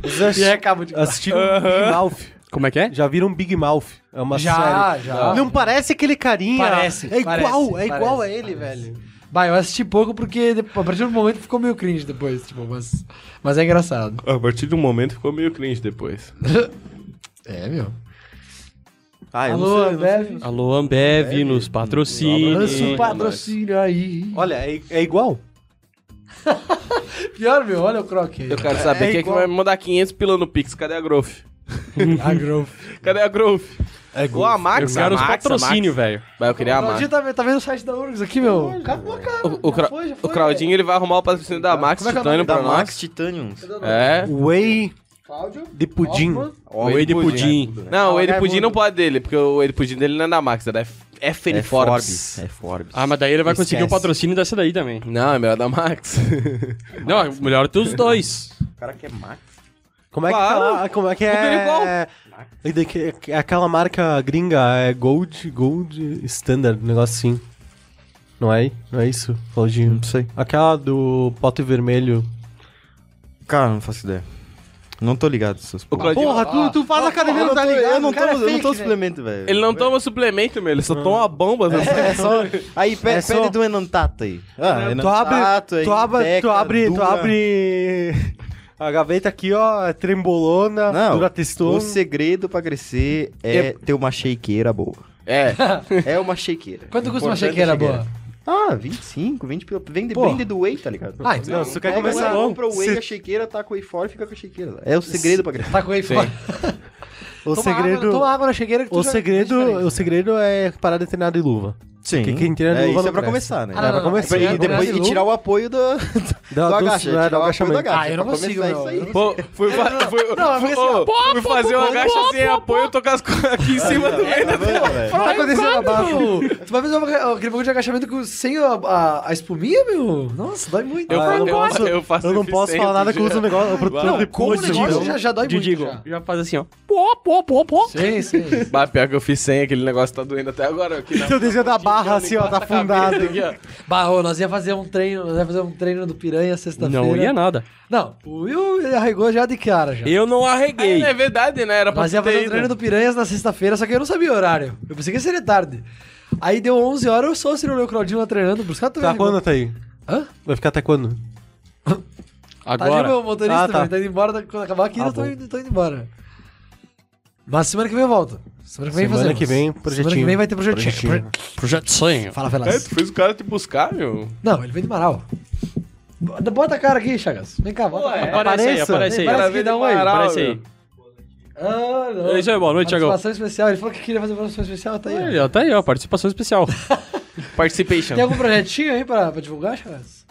Speaker 4: Vocês já
Speaker 2: e aí
Speaker 4: assi-
Speaker 2: acaba de.
Speaker 4: assistiram um Big Mouth.
Speaker 3: Como é que é?
Speaker 4: Já viram Big Mouth? É uma
Speaker 2: Já,
Speaker 4: série.
Speaker 2: já.
Speaker 4: Não parece aquele carinha.
Speaker 2: Parece,
Speaker 4: É
Speaker 2: parece,
Speaker 4: igual, é igual
Speaker 2: parece,
Speaker 4: a ele,
Speaker 2: parece.
Speaker 4: velho.
Speaker 2: Bah, eu assisti pouco porque de- a partir do momento ficou meio cringe depois, tipo, mas, mas é engraçado.
Speaker 5: A partir de um momento ficou meio cringe depois.
Speaker 2: É, meu.
Speaker 1: Ah, eu
Speaker 2: Alô,
Speaker 1: não sei. eu não
Speaker 2: Ambev.
Speaker 3: Alô, Ambev, nos patrocine.
Speaker 2: Lança um patrocínio aí.
Speaker 4: Olha, é, é igual.
Speaker 2: Pior, meu, olha o croque aí.
Speaker 5: Eu quero saber quem é que
Speaker 4: igual.
Speaker 5: vai me mandar 500 pila no Pix. Cadê a Growth?
Speaker 2: A Grove.
Speaker 5: Cadê a Growth?
Speaker 4: É
Speaker 5: Ou a Max?
Speaker 3: Eu quero
Speaker 5: a
Speaker 3: os
Speaker 5: Max, a Max.
Speaker 3: patrocínios, velho.
Speaker 5: Mas eu queria a
Speaker 2: O
Speaker 5: Max.
Speaker 2: dia tá, tá vendo o site da URGS aqui, meu. Acabou, cara.
Speaker 5: O, o, Cra-
Speaker 2: foi, já foi,
Speaker 5: o Claudinho ele vai arrumar o patrocínio da Max
Speaker 2: Como é que é o
Speaker 5: Titânio
Speaker 1: sei. Da
Speaker 5: pra
Speaker 1: Max
Speaker 5: nós.
Speaker 1: Titanium.
Speaker 5: É.
Speaker 4: Whey
Speaker 2: Cláudio.
Speaker 4: de pudim.
Speaker 2: Hoffman.
Speaker 3: O Whey de pudim.
Speaker 5: Não, o
Speaker 2: Ah,
Speaker 5: Ele
Speaker 2: é
Speaker 5: Pudim
Speaker 2: muito.
Speaker 5: não pode dele, porque o Ele Pudim dele não é da Max, é da F- FN
Speaker 1: É Forbes.
Speaker 5: Forbes.
Speaker 1: É Forbes.
Speaker 3: Ah, mas daí ele vai conseguir o
Speaker 4: Esquece.
Speaker 3: patrocínio dessa daí também.
Speaker 5: Não, é melhor da Max.
Speaker 3: Não, é melhor ter os dois.
Speaker 2: Ah,
Speaker 1: O cara que é Max.
Speaker 4: Como é que
Speaker 5: Claro.
Speaker 4: fala? Como é que
Speaker 5: Tudo igual.
Speaker 4: é? E daqui- é Aquela marca gringa é Gold, Gold Standard, um negócio assim. Não é? Não é isso, Claudinho? Não sei. Aquela do pote vermelho.
Speaker 1: Cara, não faço ideia. Não tô ligado essas
Speaker 5: O
Speaker 1: porra.
Speaker 5: Claudinho,
Speaker 4: Porra, tu, tu faz academia, não tá ligado?
Speaker 1: Eu não tô,
Speaker 2: cara é
Speaker 1: eu não
Speaker 2: fake,
Speaker 1: tô
Speaker 2: velho.
Speaker 1: suplemento, velho.
Speaker 5: ele não toma suplemento, meu, ele só toma assim. uma bomba.
Speaker 1: É só... Aí, pe
Speaker 4: É só-
Speaker 1: pede do Enantato aí. Ah,
Speaker 4: Tu
Speaker 1: Enantato
Speaker 4: abre,
Speaker 1: aí,
Speaker 4: tu abre, tu
Speaker 1: Deca,
Speaker 4: abre, tu
Speaker 1: Dura.
Speaker 4: abre a gaveta aqui, ó, é trembolona,
Speaker 1: Não,
Speaker 4: durateston.
Speaker 1: O segredo pra crescer é ter uma shakeira boa.
Speaker 5: É.
Speaker 1: É uma shakeira.
Speaker 2: Quanto custa uma
Speaker 1: Importante
Speaker 2: chequeira boa?
Speaker 1: Ah, 25, 20 pila. Vem de
Speaker 2: Pô.
Speaker 1: brinde do Whey, tá ligado?
Speaker 2: Ah, então.
Speaker 4: Não, é se tu quer
Speaker 1: Aí
Speaker 4: começar...
Speaker 1: você compra o Whey,
Speaker 4: se-
Speaker 1: a shakeira, taca o Whey fora e fica com a shakeira. É o segredo pra crescer.
Speaker 2: Tá com aí fora.
Speaker 4: o
Speaker 2: Toma Água,
Speaker 4: segredo...
Speaker 2: toma água na chegueira que tu
Speaker 4: O
Speaker 2: já-
Speaker 4: segredo,
Speaker 2: é diferente.
Speaker 4: o segredo é parar de treinar de luva.
Speaker 1: Sim.
Speaker 4: Que quem treina de
Speaker 1: é,
Speaker 4: luva
Speaker 1: isso
Speaker 4: não
Speaker 1: é pra
Speaker 4: cresce.
Speaker 1: começar, né?
Speaker 2: Ah, não, não,
Speaker 4: pra
Speaker 2: não,
Speaker 4: começar.
Speaker 2: é pra
Speaker 1: E depois e
Speaker 2: treinar de
Speaker 1: tirar o apoio do, do,
Speaker 4: do-
Speaker 1: agacha,
Speaker 4: é, do
Speaker 1: tirar o apoio do
Speaker 4: agachamento.
Speaker 1: agacha.
Speaker 2: Ah, eu não
Speaker 1: pra
Speaker 2: consigo,
Speaker 1: começar
Speaker 2: meu,
Speaker 1: isso aí.
Speaker 2: eu não
Speaker 5: Pô, fui, fa- fui,
Speaker 2: Não, porque assim, ó,
Speaker 5: ô, fui fazer um agacha sem apoio, tocar as coisas aqui em cima do meio da
Speaker 1: Mano, é velho.
Speaker 2: Tá acontecendo abaixo. Tu vai fazer uma- aquele bagulho de agachamento com, sem a, a, a espuminha, meu? Nossa, dói muito.
Speaker 5: Eu,
Speaker 4: Ah, eu
Speaker 5: eu,
Speaker 4: não posso-
Speaker 5: eu faço
Speaker 4: Eu não posso falar nada que
Speaker 5: com
Speaker 4: usa o negócio. Eu produto
Speaker 5: Não,
Speaker 2: Como o
Speaker 4: depois
Speaker 2: um negócio
Speaker 4: então.
Speaker 2: já, já dói
Speaker 3: Didigo,
Speaker 2: muito. Já.
Speaker 3: já faz assim, ó. Pô, pô, pô, pô.
Speaker 2: Sim, sim.
Speaker 5: Bah, pior que eu fiz 100, aquele negócio tá doendo até agora. Aqui na...
Speaker 4: Teu desenho da barra assim, ó, tá afundado.
Speaker 5: Aqui, ó.
Speaker 2: Barro, nós ia fazer um treino, nós ia fazer um treino do Piranha sexta-feira.
Speaker 3: Não ia nada.
Speaker 2: Não, o Will ele arregou já de cara já.
Speaker 3: Eu não arreguei.
Speaker 5: É, é verdade, né? Era pra
Speaker 2: Nós ia fazer
Speaker 5: ido.
Speaker 2: o treino do Piranhas na sexta-feira, só que eu não sabia o horário. Eu pensei que seria tarde. Aí deu 11 horas, eu sou o Cirilo e o Claudinho lá treinando, por isso que eu tô
Speaker 4: Tá
Speaker 2: vendo.
Speaker 4: quando, tá aí?
Speaker 2: Hã?
Speaker 4: Vai ficar até quando?
Speaker 2: Tá ali
Speaker 3: Agora.
Speaker 2: meu motorista,
Speaker 4: Ah, tá.
Speaker 2: velho, tá indo embora, tá- quando acabar aqui,
Speaker 4: Ah,
Speaker 2: eu tô,
Speaker 4: bom.
Speaker 2: indo, tô indo embora. Mas semana que vem eu volto. Semana que vem
Speaker 4: Semana
Speaker 2: fazemos.
Speaker 4: que vem,
Speaker 2: Semana que
Speaker 4: projetinho.
Speaker 2: vem vai ter projetinho.
Speaker 4: Projetinho.
Speaker 3: Projeto Sonho.
Speaker 2: Fala,
Speaker 5: É,
Speaker 2: Velas.
Speaker 5: tu fez o cara te buscar, meu.
Speaker 2: Não, ele vem de Marau. Bota bota a cara aqui, Chagas. Vem cá, bota a cara.
Speaker 3: É, Aparece aí,
Speaker 4: Apareça.
Speaker 3: aparece aí.
Speaker 2: Parece
Speaker 5: Cara,
Speaker 2: que
Speaker 5: vem
Speaker 2: dá
Speaker 5: de
Speaker 2: um oi,
Speaker 5: Marau,
Speaker 3: Aparece aí.
Speaker 5: meu.
Speaker 2: Ah, não.
Speaker 3: É isso aí, boa noite, Thiago.
Speaker 2: Participação especial. Ele falou que queria fazer participação especial, tá aí. ó.
Speaker 3: Olha, ó, tá aí, ó. Participação especial.
Speaker 5: Participation.
Speaker 2: Tem algum projetinho aí pra, pra divulgar, Chagas?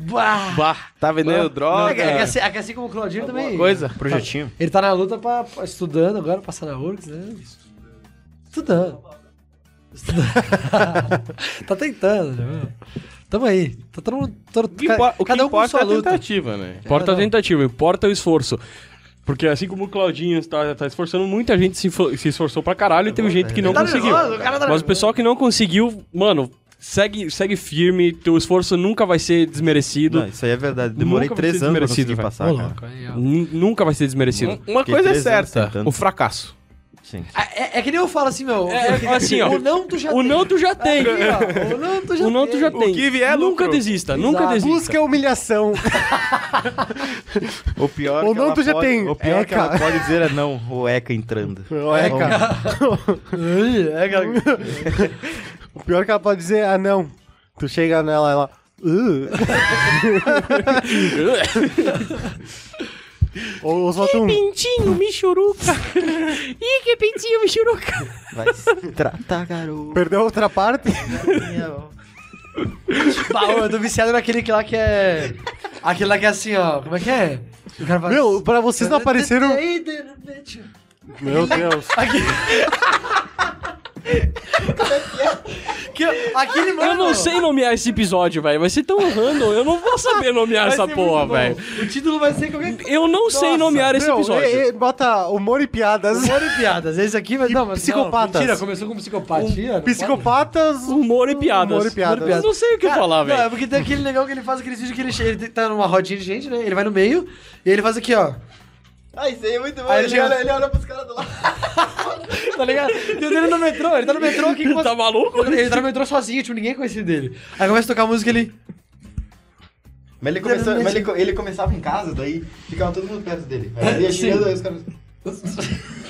Speaker 2: Bah!
Speaker 5: Bah, tá vendendo droga.
Speaker 2: É que- é que assim, é que assim como o Claudinho também.
Speaker 5: Coisa.
Speaker 1: Projetinho.
Speaker 2: Ele tá na luta pra, pra- estudando agora, passar na URGS, né? Estudando. Estudando. tá tentando, né? Tamo aí. Tá todo mundo. todo-
Speaker 5: O que,
Speaker 2: ca-
Speaker 5: impo- o que
Speaker 2: cada um com
Speaker 5: importa
Speaker 2: sua
Speaker 5: é a
Speaker 2: luta.
Speaker 5: tentativa, né?
Speaker 3: Importa a
Speaker 2: não.
Speaker 3: tentativa, importa o esforço. Porque assim como o Claudinho tá, tá esforçando, muita gente se, fo- se esforçou pra caralho e teve gente que não
Speaker 2: Tá
Speaker 3: conseguiu.
Speaker 2: nervoso, o cara tá
Speaker 3: Mas o pessoal que não conseguiu, mano, segue, segue firme, teu esforço nunca vai ser desmerecido.
Speaker 1: Não, isso aí é verdade. Demorei
Speaker 3: Nunca
Speaker 1: três
Speaker 3: fiz
Speaker 1: anos pra conseguir
Speaker 3: merecido, velho.
Speaker 1: passar,
Speaker 2: Ô,
Speaker 1: cara.
Speaker 2: louco, aí, ó.
Speaker 3: Nu- Nunca vai ser desmerecido.
Speaker 5: Uma
Speaker 1: Fiquei
Speaker 5: coisa é
Speaker 1: três anos
Speaker 5: certa,
Speaker 1: tentando.
Speaker 5: o fracasso.
Speaker 1: Sim.
Speaker 2: É, é que nem eu falo assim, meu.
Speaker 3: É,
Speaker 2: eu-
Speaker 3: assim, ó.
Speaker 2: O não tu já
Speaker 3: O não tu já tem.
Speaker 2: Aqui, ó, O não tu já
Speaker 3: O não tu já
Speaker 5: O
Speaker 3: tem.
Speaker 5: que vier,
Speaker 3: nunca
Speaker 5: lucro.
Speaker 3: desista, nunca
Speaker 2: Exato.
Speaker 3: desista.
Speaker 4: Busca humilhação.
Speaker 1: O pior
Speaker 4: Ou
Speaker 1: que
Speaker 4: não,
Speaker 1: ela
Speaker 4: tu já
Speaker 1: pode-
Speaker 4: tem.
Speaker 1: O pior que ela
Speaker 4: Eca.
Speaker 1: pode dizer é não, o Eca entrando.
Speaker 4: É, cara.
Speaker 2: Ai, é aquela-
Speaker 4: O pior que ela pode dizer é ah, não. Tu chega nela, ela... "Uh." Ou ou solta um...
Speaker 3: pintinho, michuruca. Ih, que pintinho, michuruca.
Speaker 1: Vai se tratar, garoto.
Speaker 4: Perdeu outra parte?
Speaker 2: Bah, ô, eu tô viciado naquele que lá que é. Aquele lá que é assim, ó. Como é que é? O cara fala-
Speaker 4: Meu, pra vocês não apareceram... Meu Deus.
Speaker 2: Aqui, aqui ele manda.
Speaker 3: Eu não sei nomear esse episódio, velho. Vai ser tão random, eu não vou saber nomear
Speaker 2: Vai
Speaker 3: essa
Speaker 2: ser muito
Speaker 3: porra,
Speaker 2: bom.
Speaker 3: velho.
Speaker 2: O título vai ser qualquer
Speaker 3: Eu não sei nomear esse episódio.
Speaker 4: é, bota humor e piadas.
Speaker 2: Humor e piadas. Esse aqui vai. Não, mas
Speaker 4: psicopatas.
Speaker 2: Não, mentira, Um começou com psicopatia. não
Speaker 4: Psicopatas.
Speaker 3: Humor e piadas.
Speaker 4: Humor e piadas.
Speaker 3: Eu não sei o que
Speaker 2: Cara,
Speaker 5: Tá
Speaker 3: falar,
Speaker 2: Não, é
Speaker 3: velho.
Speaker 2: porque tem aquele legal que ele faz aquele vídeo que ele, che- ele tá numa rodinha de gente, né? Ele vai no meio e ele faz aqui, ó.
Speaker 8: Ah, isso aí é muito bom.
Speaker 2: Aí
Speaker 8: ele,
Speaker 2: chega-
Speaker 8: olha, ele olha pros caras do lado.
Speaker 2: Tá ligado? E o dele no metrô, ele tá no metrô aqui com
Speaker 3: Tá maluco?
Speaker 2: Ele tá no metrô sozinho, tipo, ninguém conhecia dele. Aí começa a tocar a música ele.
Speaker 8: Mas, ele, começou, mas ele, co- ele começava em casa, daí ficava todo mundo perto dele. Aí ele ia chegando, aí os caras...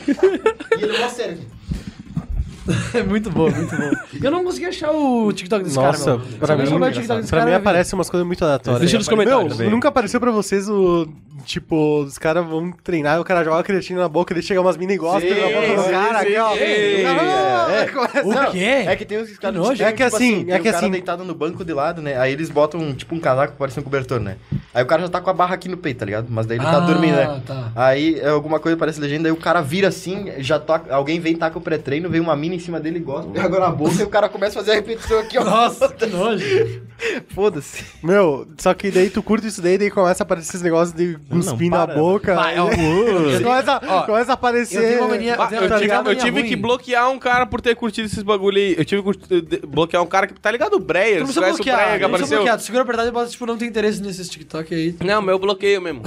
Speaker 8: e ele, mó sério. aqui.
Speaker 2: É muito bom, muito bom. Eu não consegui achar o TikTok desse cara.
Speaker 4: Nossa,
Speaker 2: meu.
Speaker 5: é
Speaker 4: pra
Speaker 2: Se eu souber o
Speaker 4: mim,
Speaker 2: TikTok desse
Speaker 4: pra
Speaker 2: tá cara,
Speaker 4: mim
Speaker 2: eu vi.
Speaker 4: aparece umas coisas muito aleatórias.
Speaker 3: Deixa nos comentários.
Speaker 4: Meu, nunca apareceu pra vocês o. Tipo, os caras vão treinar, o cara joga a creatina na boca, ele chega umas minas e gosta.
Speaker 8: Sim, sim,
Speaker 4: cara aqui, ó.
Speaker 8: É, é.
Speaker 2: O quê?
Speaker 8: É que tem os caras
Speaker 2: nojo.
Speaker 8: chegam,
Speaker 4: É que assim,
Speaker 8: tem
Speaker 4: é
Speaker 8: um
Speaker 4: que
Speaker 8: cara
Speaker 4: assim-
Speaker 8: deitado no banco de lado, né? Aí eles botam tipo um casaco que parece um cobertor, né? Aí o cara já tá com a barra aqui no peito, tá ligado? Mas daí ele tá dormindo, né?
Speaker 2: tá.
Speaker 8: Aí é, alguma coisa parece legenda, aí o cara vira assim, já toca, alguém vem taca o pré-treino, vem uma mina em cima dele e gosta, pega agora a boca e o cara começa a fazer a repetição aqui, ó.
Speaker 2: Nossa, que nojo.
Speaker 8: Foda-se.
Speaker 4: Meu, só que daí tu curta isso daí, daí começa a aparecer esses negócios de cuspir na
Speaker 1: para,
Speaker 4: boca.
Speaker 2: Vai, ó.
Speaker 4: Aí começa,
Speaker 2: ó,
Speaker 4: começa a aparecer.
Speaker 2: eu tenho uma mania-
Speaker 5: Ah,
Speaker 2: Tá
Speaker 5: Eu tive,
Speaker 2: ligado?
Speaker 5: eu tive
Speaker 2: Ruim.
Speaker 5: que bloquear um cara por ter curtido esses bagulho aí. Eu tive que curti- de- bloquear um cara que. Tá ligado? O Breyer.
Speaker 2: Tu não
Speaker 5: Você
Speaker 2: sou
Speaker 5: conhece o Breyer
Speaker 2: bloqueado.
Speaker 5: que
Speaker 2: Eu não sou
Speaker 5: apareceu?
Speaker 2: bloqueado. Segura apertado e bota, tipo, não tem interesse nesses TikTok aí.
Speaker 5: Não, mas eu bloqueio mesmo.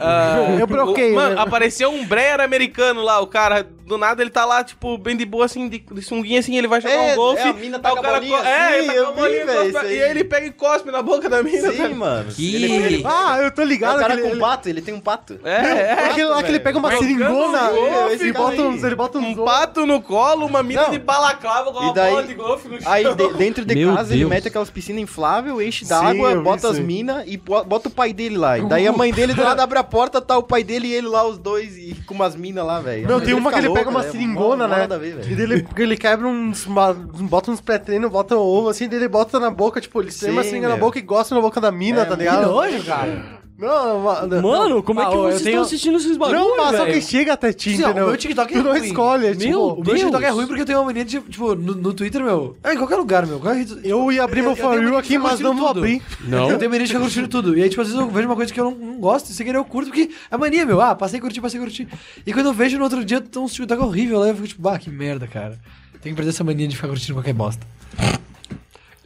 Speaker 5: Ah,
Speaker 4: Eu bloqueio,
Speaker 5: o- Mano,
Speaker 4: né?
Speaker 5: apareceu um Breyer americano lá. O cara, do nada, ele tá lá, tipo, bem de boa, assim, de, de sunguinha, assim. Ele vai jogar
Speaker 8: É,
Speaker 5: um golfe.
Speaker 8: é, a mina taca
Speaker 5: aí o cara
Speaker 8: a bolinha
Speaker 5: co- É,
Speaker 8: assim,
Speaker 5: ele taca
Speaker 8: eu
Speaker 5: a bolinha,
Speaker 8: vi, véi,
Speaker 5: cospe-
Speaker 8: isso aí.
Speaker 5: e aí ele pega e cospe na boca da mina. né?
Speaker 8: Sim,
Speaker 5: sabe?
Speaker 8: mano.
Speaker 3: Que-
Speaker 8: Ele, ele,
Speaker 4: Ah, eu tô
Speaker 8: é o
Speaker 4: ligado.
Speaker 8: cara
Speaker 4: que
Speaker 8: com
Speaker 4: ele,
Speaker 8: um pato, ele tem um pato.
Speaker 5: É, é.
Speaker 4: aquele lá que ele pega uma
Speaker 5: Marcando
Speaker 4: seringona
Speaker 5: o golfe,
Speaker 4: ele, bota
Speaker 8: cara,
Speaker 4: uns, ele bota uns.
Speaker 5: Um pato no colo, uma mina
Speaker 8: Não.
Speaker 5: de balaclava com
Speaker 8: E
Speaker 5: uma
Speaker 8: daí-
Speaker 5: bola de golfe no chão.
Speaker 8: Aí de- dentro de
Speaker 3: Meu
Speaker 8: casa ele
Speaker 3: Deus.
Speaker 8: mete aquelas piscinas infláveis, enche
Speaker 4: Sim, eu
Speaker 8: d'água,
Speaker 4: vi
Speaker 8: bota
Speaker 4: isso
Speaker 8: as
Speaker 4: aí.
Speaker 8: minas e po- bota o pai dele lá. E daí a mãe dele do nada abre a porta, tá o pai dele e ele lá, os dois, e com umas minas lá, velho.
Speaker 4: Meu, tem uma que ele pega uma seringona,
Speaker 8: siringona,
Speaker 4: né?
Speaker 8: Nada a ver,
Speaker 4: E
Speaker 8: velho.
Speaker 4: daí ele, ele quebra uns. uma- bota uns pré-treino, bota um ovo assim, daí ele bota na boca, tipo, ele tem uma
Speaker 8: Sim,
Speaker 4: seringa na
Speaker 8: meu.
Speaker 4: boca e gosta na boca da mina,
Speaker 8: É,
Speaker 4: tá
Speaker 2: Que
Speaker 4: ligado? É.
Speaker 2: nojo, cara.
Speaker 4: Não, ma- não,
Speaker 3: Mano, como é que
Speaker 2: Ah, eu
Speaker 3: vocês
Speaker 2: tenho-
Speaker 3: estão assistindo esses bagulhos,
Speaker 4: Não, mas só que
Speaker 3: velho?
Speaker 4: chega até ti,
Speaker 2: Sim, ó,
Speaker 4: entendeu?
Speaker 2: o meu TikTok é
Speaker 4: Tu não
Speaker 2: ruim.
Speaker 4: escolhe, é,
Speaker 3: Meu
Speaker 4: tipo...
Speaker 2: O meu TikTok é
Speaker 3: Deus.
Speaker 2: ruim porque eu tenho uma mania de, tipo, no, no Twitter, meu. É, em qualquer lugar, meu. Qualquer rede-
Speaker 4: Eu ia abrir meu
Speaker 2: eu tenho
Speaker 4: For You
Speaker 2: mania de
Speaker 4: aqui,
Speaker 2: ficar
Speaker 4: mas não vou
Speaker 2: curtindo
Speaker 4: abrir.
Speaker 3: Não.
Speaker 2: Eu tenho mania de ficar curtindo tudo. E aí, tipo, às vezes eu vejo uma coisa que eu não, não gosto, e sem querer eu curto, porque é mania, meu. Ah, passei a curtir, passei a curtir. E quando eu vejo no outro dia, tem uns TikTok horrível lá, eu fico tipo, ah, que merda, cara. Tem que perder essa mania de ficar curtindo qualquer bosta.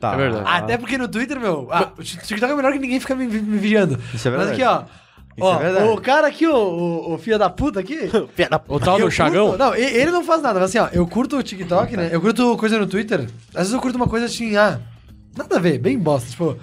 Speaker 1: Tá.
Speaker 3: É verdade.
Speaker 2: Até porque no Twitter, meu, ah, o TikTok é melhor que ninguém fica me, vi- me vigiando.
Speaker 1: Isso é
Speaker 2: Mas
Speaker 1: verdade.
Speaker 2: aqui, ó.
Speaker 1: Isso
Speaker 2: ó,
Speaker 1: é verdade.
Speaker 2: o cara aqui, o, o, o filho da puta aqui,
Speaker 3: O tal
Speaker 2: Eu
Speaker 3: do Chagão?
Speaker 2: curto- não, e- ele não faz nada, mas assim, ó, eu curto o TikTok, né? Eu curto coisa no Twitter. Às vezes eu curto uma coisa assim, ah, nada a ver, bem bosta. Tipo,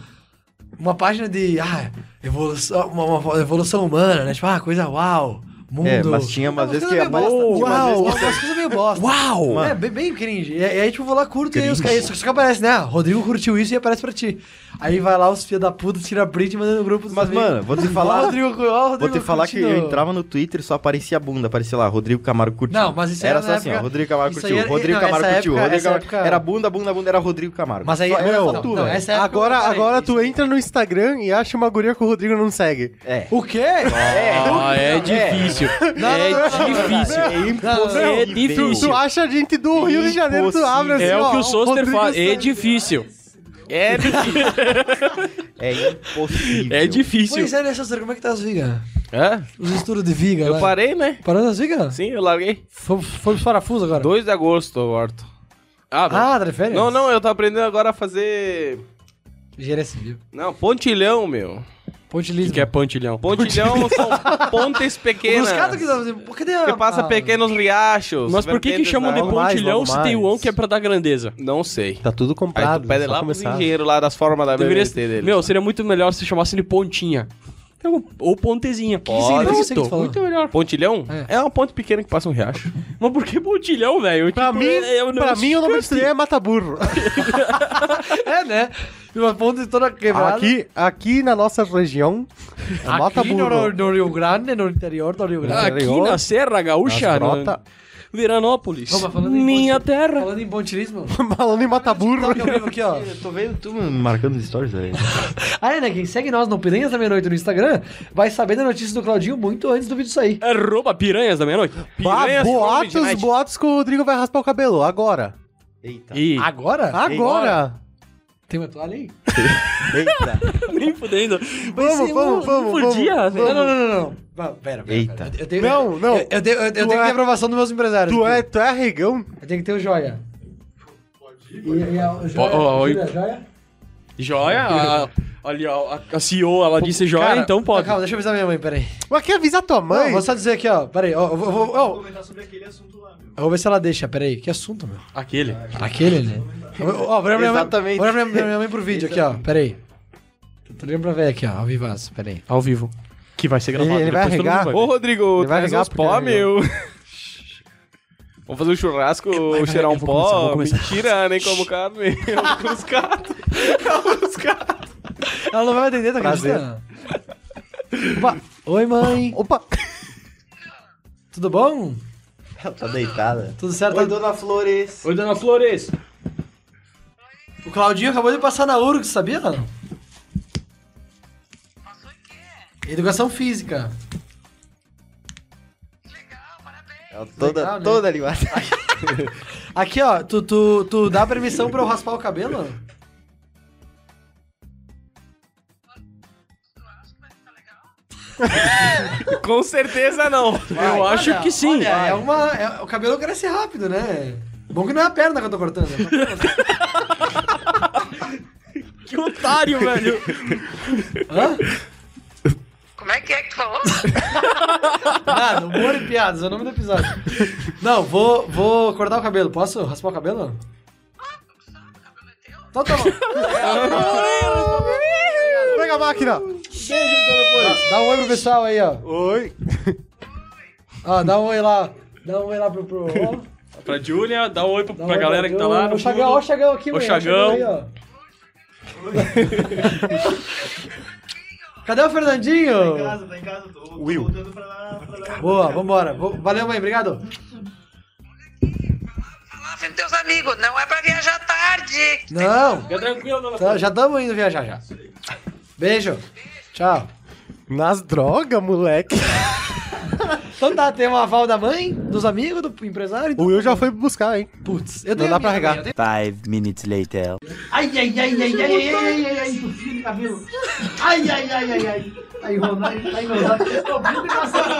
Speaker 2: uma página de, ah, evolução, uma, uma evolução humana, né? Tipo, ah, coisa uau, mundo.
Speaker 1: É, mas tinha umas
Speaker 2: Não,
Speaker 1: vezes
Speaker 2: coisa
Speaker 1: que é
Speaker 2: meio
Speaker 1: bosta.
Speaker 2: bosta.
Speaker 1: Tinha umas
Speaker 2: Uau,
Speaker 1: vezes
Speaker 2: umas coisas meio bosta.
Speaker 1: Uau!
Speaker 2: É, bem, bem cringe. E, e aí, tipo, eu vou lá, curto, e aí os caras. Só que aparece, né? Ah, Rodrigo curtiu isso e aparece pra ti. Aí vai lá os filha da puta, tira print e manda no grupo dos
Speaker 1: Mas,
Speaker 2: amigos.
Speaker 1: mano, vou te
Speaker 2: Ó,
Speaker 1: falar.
Speaker 2: Rodrigo, ó, Rodrigo
Speaker 1: Vou te falar que eu
Speaker 2: curtindo.
Speaker 1: entrava no Twitter e só aparecia a bunda, aparecia lá, Rodrigo Camargo curtiu.
Speaker 2: Não, mas isso
Speaker 1: era
Speaker 2: era
Speaker 1: só
Speaker 2: na
Speaker 1: assim, ó,
Speaker 2: época-
Speaker 1: Rodrigo Camargo
Speaker 2: isso
Speaker 1: curtiu,
Speaker 2: aí era-
Speaker 1: Rodrigo
Speaker 2: não,
Speaker 1: Camargo
Speaker 2: essa
Speaker 1: curtiu,
Speaker 2: época-
Speaker 1: Rodrigo
Speaker 2: essa
Speaker 1: Camargo-
Speaker 2: época-
Speaker 1: Era bunda, bunda, bunda, era Rodrigo Camargo.
Speaker 2: Mas aí, é
Speaker 1: Só- era
Speaker 2: meu,
Speaker 1: só tu,
Speaker 2: não,
Speaker 1: velho.
Speaker 2: essa época
Speaker 4: Agora,
Speaker 2: eu né? parei.
Speaker 4: agora tu entra no Instagram e acha uma guria que o Rodrigo não segue.
Speaker 1: É.
Speaker 2: O quê?
Speaker 3: Ah, é difícil. É difícil.
Speaker 1: É
Speaker 3: não. É
Speaker 1: impossível.
Speaker 3: difícil.
Speaker 4: Tu acha gente do Rio de Janeiro, tu abre assim,
Speaker 3: É
Speaker 4: ó,
Speaker 3: o que o Soster
Speaker 4: Rodrigo
Speaker 3: faz. É
Speaker 4: segue.
Speaker 3: difícil.
Speaker 5: É,
Speaker 1: É impossível.
Speaker 3: É difícil.
Speaker 2: Pois é, né, Sasser, como é que tá as vigas?
Speaker 5: é.
Speaker 2: Os estudos de viga
Speaker 5: Eu
Speaker 2: lá.
Speaker 5: parei, né?
Speaker 2: Parando as vigas?
Speaker 5: Sim, eu larguei.
Speaker 2: Fomos Foi os parafusos agora?
Speaker 5: 2 de agosto, eu orto. Ah, bom.
Speaker 2: Ah, tá de férias?
Speaker 5: Não, não, eu tô aprendendo agora a fazer.
Speaker 2: Engenharia civil.
Speaker 5: Não, pontilhão, meu.
Speaker 2: Pontilismo.
Speaker 3: Que é pantilhão.
Speaker 5: Pontilhão são pontes pequenas.
Speaker 2: Buscado que
Speaker 5: que,
Speaker 2: tá fazendo... Por que tem a-
Speaker 5: passa
Speaker 2: a-
Speaker 5: pequenos riachos.
Speaker 3: Mas por que que
Speaker 5: vertentes
Speaker 3: chamam de
Speaker 5: da-
Speaker 4: Vamos mais,
Speaker 3: pontilhão
Speaker 4: vamos
Speaker 3: se tem o
Speaker 4: mais.
Speaker 3: on que é pra dar grandeza?
Speaker 5: Não sei.
Speaker 4: Tá tudo
Speaker 5: Aí
Speaker 4: comprado,
Speaker 5: tu pede
Speaker 4: só
Speaker 5: lá pro
Speaker 4: começar.
Speaker 5: engenheiro lá das formas da
Speaker 3: Deveria...
Speaker 5: BBT dele.
Speaker 3: Meu, seria muito melhor se chamasse de pontinha. Então, Ou pontezinha. Que
Speaker 5: Pode.
Speaker 3: significa
Speaker 2: Não,
Speaker 3: isso?
Speaker 2: sei o que tu falou.
Speaker 3: Muito melhor.
Speaker 5: Pontilhão?
Speaker 2: É.
Speaker 5: É. uma ponte pequena que passa um riacho.
Speaker 3: Mas por que pontilhão, velho?
Speaker 4: Pra
Speaker 3: Tipo,
Speaker 4: mim,
Speaker 3: é- é um
Speaker 4: pra
Speaker 3: negócio
Speaker 4: mim, o nome
Speaker 3: gigante.
Speaker 4: disso daí é Mataburro.
Speaker 2: É, né? E uma ponte toda quebrada.
Speaker 4: Aqui, aqui na nossa região, é
Speaker 2: Aqui no,
Speaker 4: Mataburro.
Speaker 2: no Rio Grande, no interior do Rio Grande.
Speaker 3: Ah, Aqui na Serra Gaúcha,
Speaker 4: Nas
Speaker 3: né?
Speaker 4: grota.
Speaker 3: Veranópolis.
Speaker 2: Não, mas falando em
Speaker 3: Minha
Speaker 2: ponte-
Speaker 3: terra.
Speaker 2: Falando em pontilismo...
Speaker 4: Falando em Mataburro.
Speaker 2: TikTok ao vivo aqui, ó.
Speaker 1: Eu tô vendo tu me marcando os stories aí.
Speaker 2: Ah, é, né? Quem segue nós no Piranhas da Meia-Noite no Instagram vai saber da notícia do Claudinho muito antes do vídeo sair.
Speaker 3: Arroba piranhas da meia-noite.
Speaker 4: Bah,
Speaker 5: Piranhas,
Speaker 4: boatos,
Speaker 5: Covid-19.
Speaker 4: boatos que o Rodrigo vai raspar o cabelo, agora.
Speaker 1: Eita.
Speaker 3: E.
Speaker 2: Agora?
Speaker 4: Agora!
Speaker 2: Tem uma toalha aí?
Speaker 1: Eita.
Speaker 3: Nem tá fudendo.
Speaker 4: Vamos, vamos, vamos, vamos.
Speaker 3: Podia,
Speaker 2: Não,
Speaker 3: velho.
Speaker 2: não, não, não. não. Pera, pera, pera.
Speaker 1: Eita.
Speaker 2: Eu, eu tenho,
Speaker 4: Não, não.
Speaker 2: Eu, eu tenho, eu, eu tenho
Speaker 4: Tu
Speaker 2: que ter
Speaker 4: é-
Speaker 2: aprovação dos meus empresários.
Speaker 4: Tu é, tu é arregão?
Speaker 2: Eu tenho que ter o joia. Pode ir, e, e a, o joia,
Speaker 3: Ó, ó, ó,
Speaker 2: tira a joia?
Speaker 3: Joia? a- ali, ó. A, a CEO, ela disse joia,
Speaker 2: Cara,
Speaker 3: então pode.
Speaker 2: Calma, deixa eu avisar minha mãe, peraí.
Speaker 4: Mas quer avisar tua
Speaker 2: Não,
Speaker 4: mãe?
Speaker 2: vou só dizer aqui, ó. Peraí, ó. Eu vou, eu vou, ó. Eu vou ver se ela deixa, peraí. Que assunto, meu?
Speaker 3: Aquele.
Speaker 2: Aquele, né? Ó, vou olhar minha mãe-
Speaker 8: Exatamente.
Speaker 2: vou olhar minha, minha mãe pro vídeo aqui, ó. Peraí. Tô olhando pra ver aqui, ó. Ao vivaço, peraí.
Speaker 3: Ao vivo. Que vai ser gravado.
Speaker 4: ele vai
Speaker 3: depois todo mundo
Speaker 4: arregar?
Speaker 3: vai ver.
Speaker 5: Ô, Rodrigo, tá
Speaker 4: Ele vai
Speaker 5: traz
Speaker 4: ligar
Speaker 5: uns
Speaker 4: porque
Speaker 5: pó,
Speaker 4: ele
Speaker 5: meu. Vamos fazer um churrasco, cheirar um
Speaker 3: eu vou começar, eu
Speaker 5: pó.
Speaker 3: vou começar.
Speaker 5: Mentira, nem como carne. É um cruscado. É um cruscado.
Speaker 2: Ela não vai atender, tá acreditando? Opa. Oi, mãe.
Speaker 4: Opa!
Speaker 2: Tudo bom?
Speaker 1: Ela tá deitada.
Speaker 2: Tudo certo?
Speaker 8: Oi, dona Flores.
Speaker 3: Oi, dona Flores.
Speaker 2: O Claudinho acabou de passar na URGS, sabia? Passou em quê? Educação Física.
Speaker 1: Ela toda,
Speaker 2: Legal, né?
Speaker 1: toda linguagem.
Speaker 2: Aqui, ó, tu, tu, tu dá permissão pra eu raspar o cabelo?
Speaker 5: Com certeza não.
Speaker 3: Eu acho que sim.
Speaker 2: Olha, é uma, é- o cabelo cresce rápido, né? Bom que não é a perna que eu tô cortando.
Speaker 3: Que otário, velho.
Speaker 2: Hã?
Speaker 9: Como é que é que tu falou?
Speaker 2: Nada, Ah, humor e piadas, é o nome do episódio. Não, vou, vou cortar o cabelo. Posso raspar o cabelo?
Speaker 9: Ah,
Speaker 2: Então tá bom.
Speaker 4: Pega a máquina!
Speaker 2: Ó, Dá um oi pro pessoal aí, ó.
Speaker 4: Oi!
Speaker 2: Ó, dá um oi lá. Dá um oi lá pro... pro ó, dá
Speaker 3: pra Júlia, dá um oi pra,
Speaker 2: um
Speaker 3: pra
Speaker 2: oi
Speaker 3: galera que tá lá
Speaker 2: Ô,
Speaker 3: no
Speaker 2: Chagão,
Speaker 3: fundo.
Speaker 2: ó o Chagão aqui,
Speaker 3: Ô,
Speaker 2: mano.
Speaker 3: Chagão.
Speaker 2: aí, ó. Cadê o Fernandinho?
Speaker 8: Tá em casa, tô
Speaker 4: Will.
Speaker 8: voltando pra lá. Pra lá.
Speaker 2: Boa, vambora. Vou- Valeu, mãe. Obrigado.
Speaker 9: Fala frente dos teus amigos, não é pra viajar tarde.
Speaker 2: Não,
Speaker 3: Fica tranquila, dona
Speaker 2: tá- já estamos indo viajar já. Beijo. Tchau.
Speaker 4: Nas drogas, moleque!
Speaker 2: Então tá, tem uma aval da mãe, dos amigos, do empresário.
Speaker 4: O Will já foi buscar, hein?
Speaker 2: Putz, eu
Speaker 4: Não
Speaker 2: tenho
Speaker 4: dá
Speaker 2: a minha
Speaker 4: pra regar.
Speaker 2: também, eu
Speaker 1: Five minutes later.
Speaker 2: Ai, ai, ai, ai, ai, ai, ai, ai, ai, tufinho de cabelo. Ai, ai, ai, ai, ai. Tá enrolado, tá enrolado. Eu tô ouvindo e passando.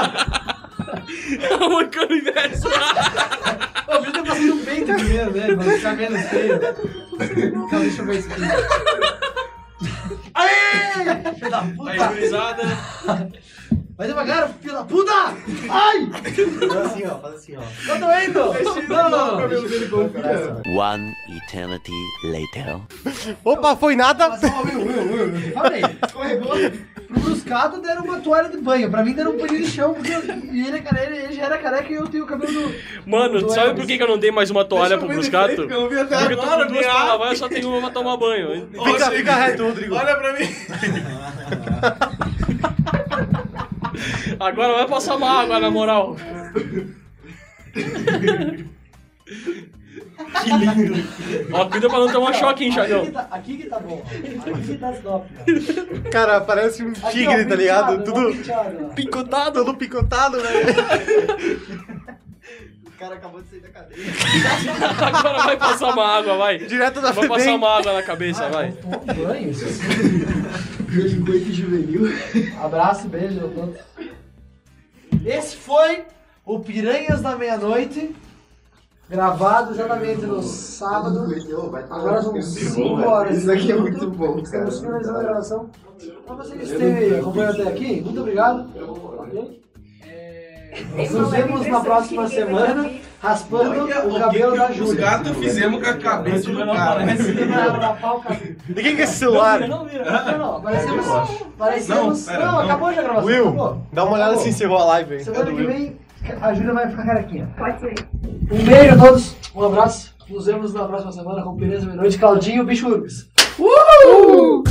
Speaker 3: Marcando inverso.
Speaker 2: Eu ouvi e passando no peito primeiro, né? Pra ficar menos feio. Calma, Então, deixa eu ver isso aqui. Aê! Filho da puta! Vai devagar, filho da puta! Ai!
Speaker 8: Faz assim, ó. Faz assim, ó.
Speaker 2: Tô doendo! Não, não, não.
Speaker 10: One eternity later.
Speaker 4: Opa, foi nada!
Speaker 2: Mas, ó, Will, Will, Will, eu te falei. Escorregou. Pro Bruscado deram uma toalha de banho. Pra mim deram um paninho de chão, porque eu- e ele, é care- ele já era careca e eu tenho o cabelo do.
Speaker 3: Mano,
Speaker 2: do
Speaker 3: sabe
Speaker 2: Elvis.
Speaker 3: por que, que eu não dei mais uma toalha pro Bruscato?
Speaker 5: Eu não vi até
Speaker 3: Porque eu tô com
Speaker 5: agora,
Speaker 3: duas
Speaker 5: né?
Speaker 3: pra lavar, eu só tenho uma pra tomar banho.
Speaker 4: Fica, fica reto, Rodrigo.
Speaker 5: Olha pra mim.
Speaker 3: Agora vai passar uma água, na moral. Que lindo. Ó, cuida pra não tomar choque, hein, Chagão.
Speaker 2: tá, aqui que tá bom. Aqui que tá top.
Speaker 4: Cara, parece um tigre, tá ligado? Tudo picotado. Tudo picotado, né? velho.
Speaker 8: O cara acabou de sair da cadeia.
Speaker 3: Agora vai passar uma água, vai.
Speaker 4: Direto da
Speaker 3: Vai passar
Speaker 4: FEBEM.
Speaker 3: uma água na cabeça, vai.
Speaker 2: Banho?
Speaker 8: Coito juvenil.
Speaker 2: Abraço, beijo a todos. Esse foi o Piranhas da Meia-Noite, gravado exatamente no sábado. Agora são 5 horas.
Speaker 8: Isso aqui é muito bom, cara.
Speaker 2: Estamos finalizando a gravação. Pra você que esteve acompanhando até aqui, muito obrigado. Ok? É, Nos vemos na próxima semana, raspando o cabelo da
Speaker 8: é um
Speaker 2: Júlia.
Speaker 5: fizemos com a cabeça do cara. né?
Speaker 4: E quem que é esse celular?
Speaker 8: Ah,
Speaker 2: Não,
Speaker 8: é,
Speaker 2: não, parecemos. parecemos-
Speaker 5: Não, pera,
Speaker 2: não,
Speaker 5: não.
Speaker 2: acabou já a gravação.
Speaker 4: Will,
Speaker 2: acabou.
Speaker 4: dá uma olhada assim, se encerrou a live, hein?
Speaker 2: Semana que vem a Júlia vai ficar carequinha.
Speaker 6: Pode ser.
Speaker 2: Um beijo a todos, um abraço. Nos vemos na próxima semana com Piranhas da Meia-Noite. Claudinho Bicho Urbis. Uh!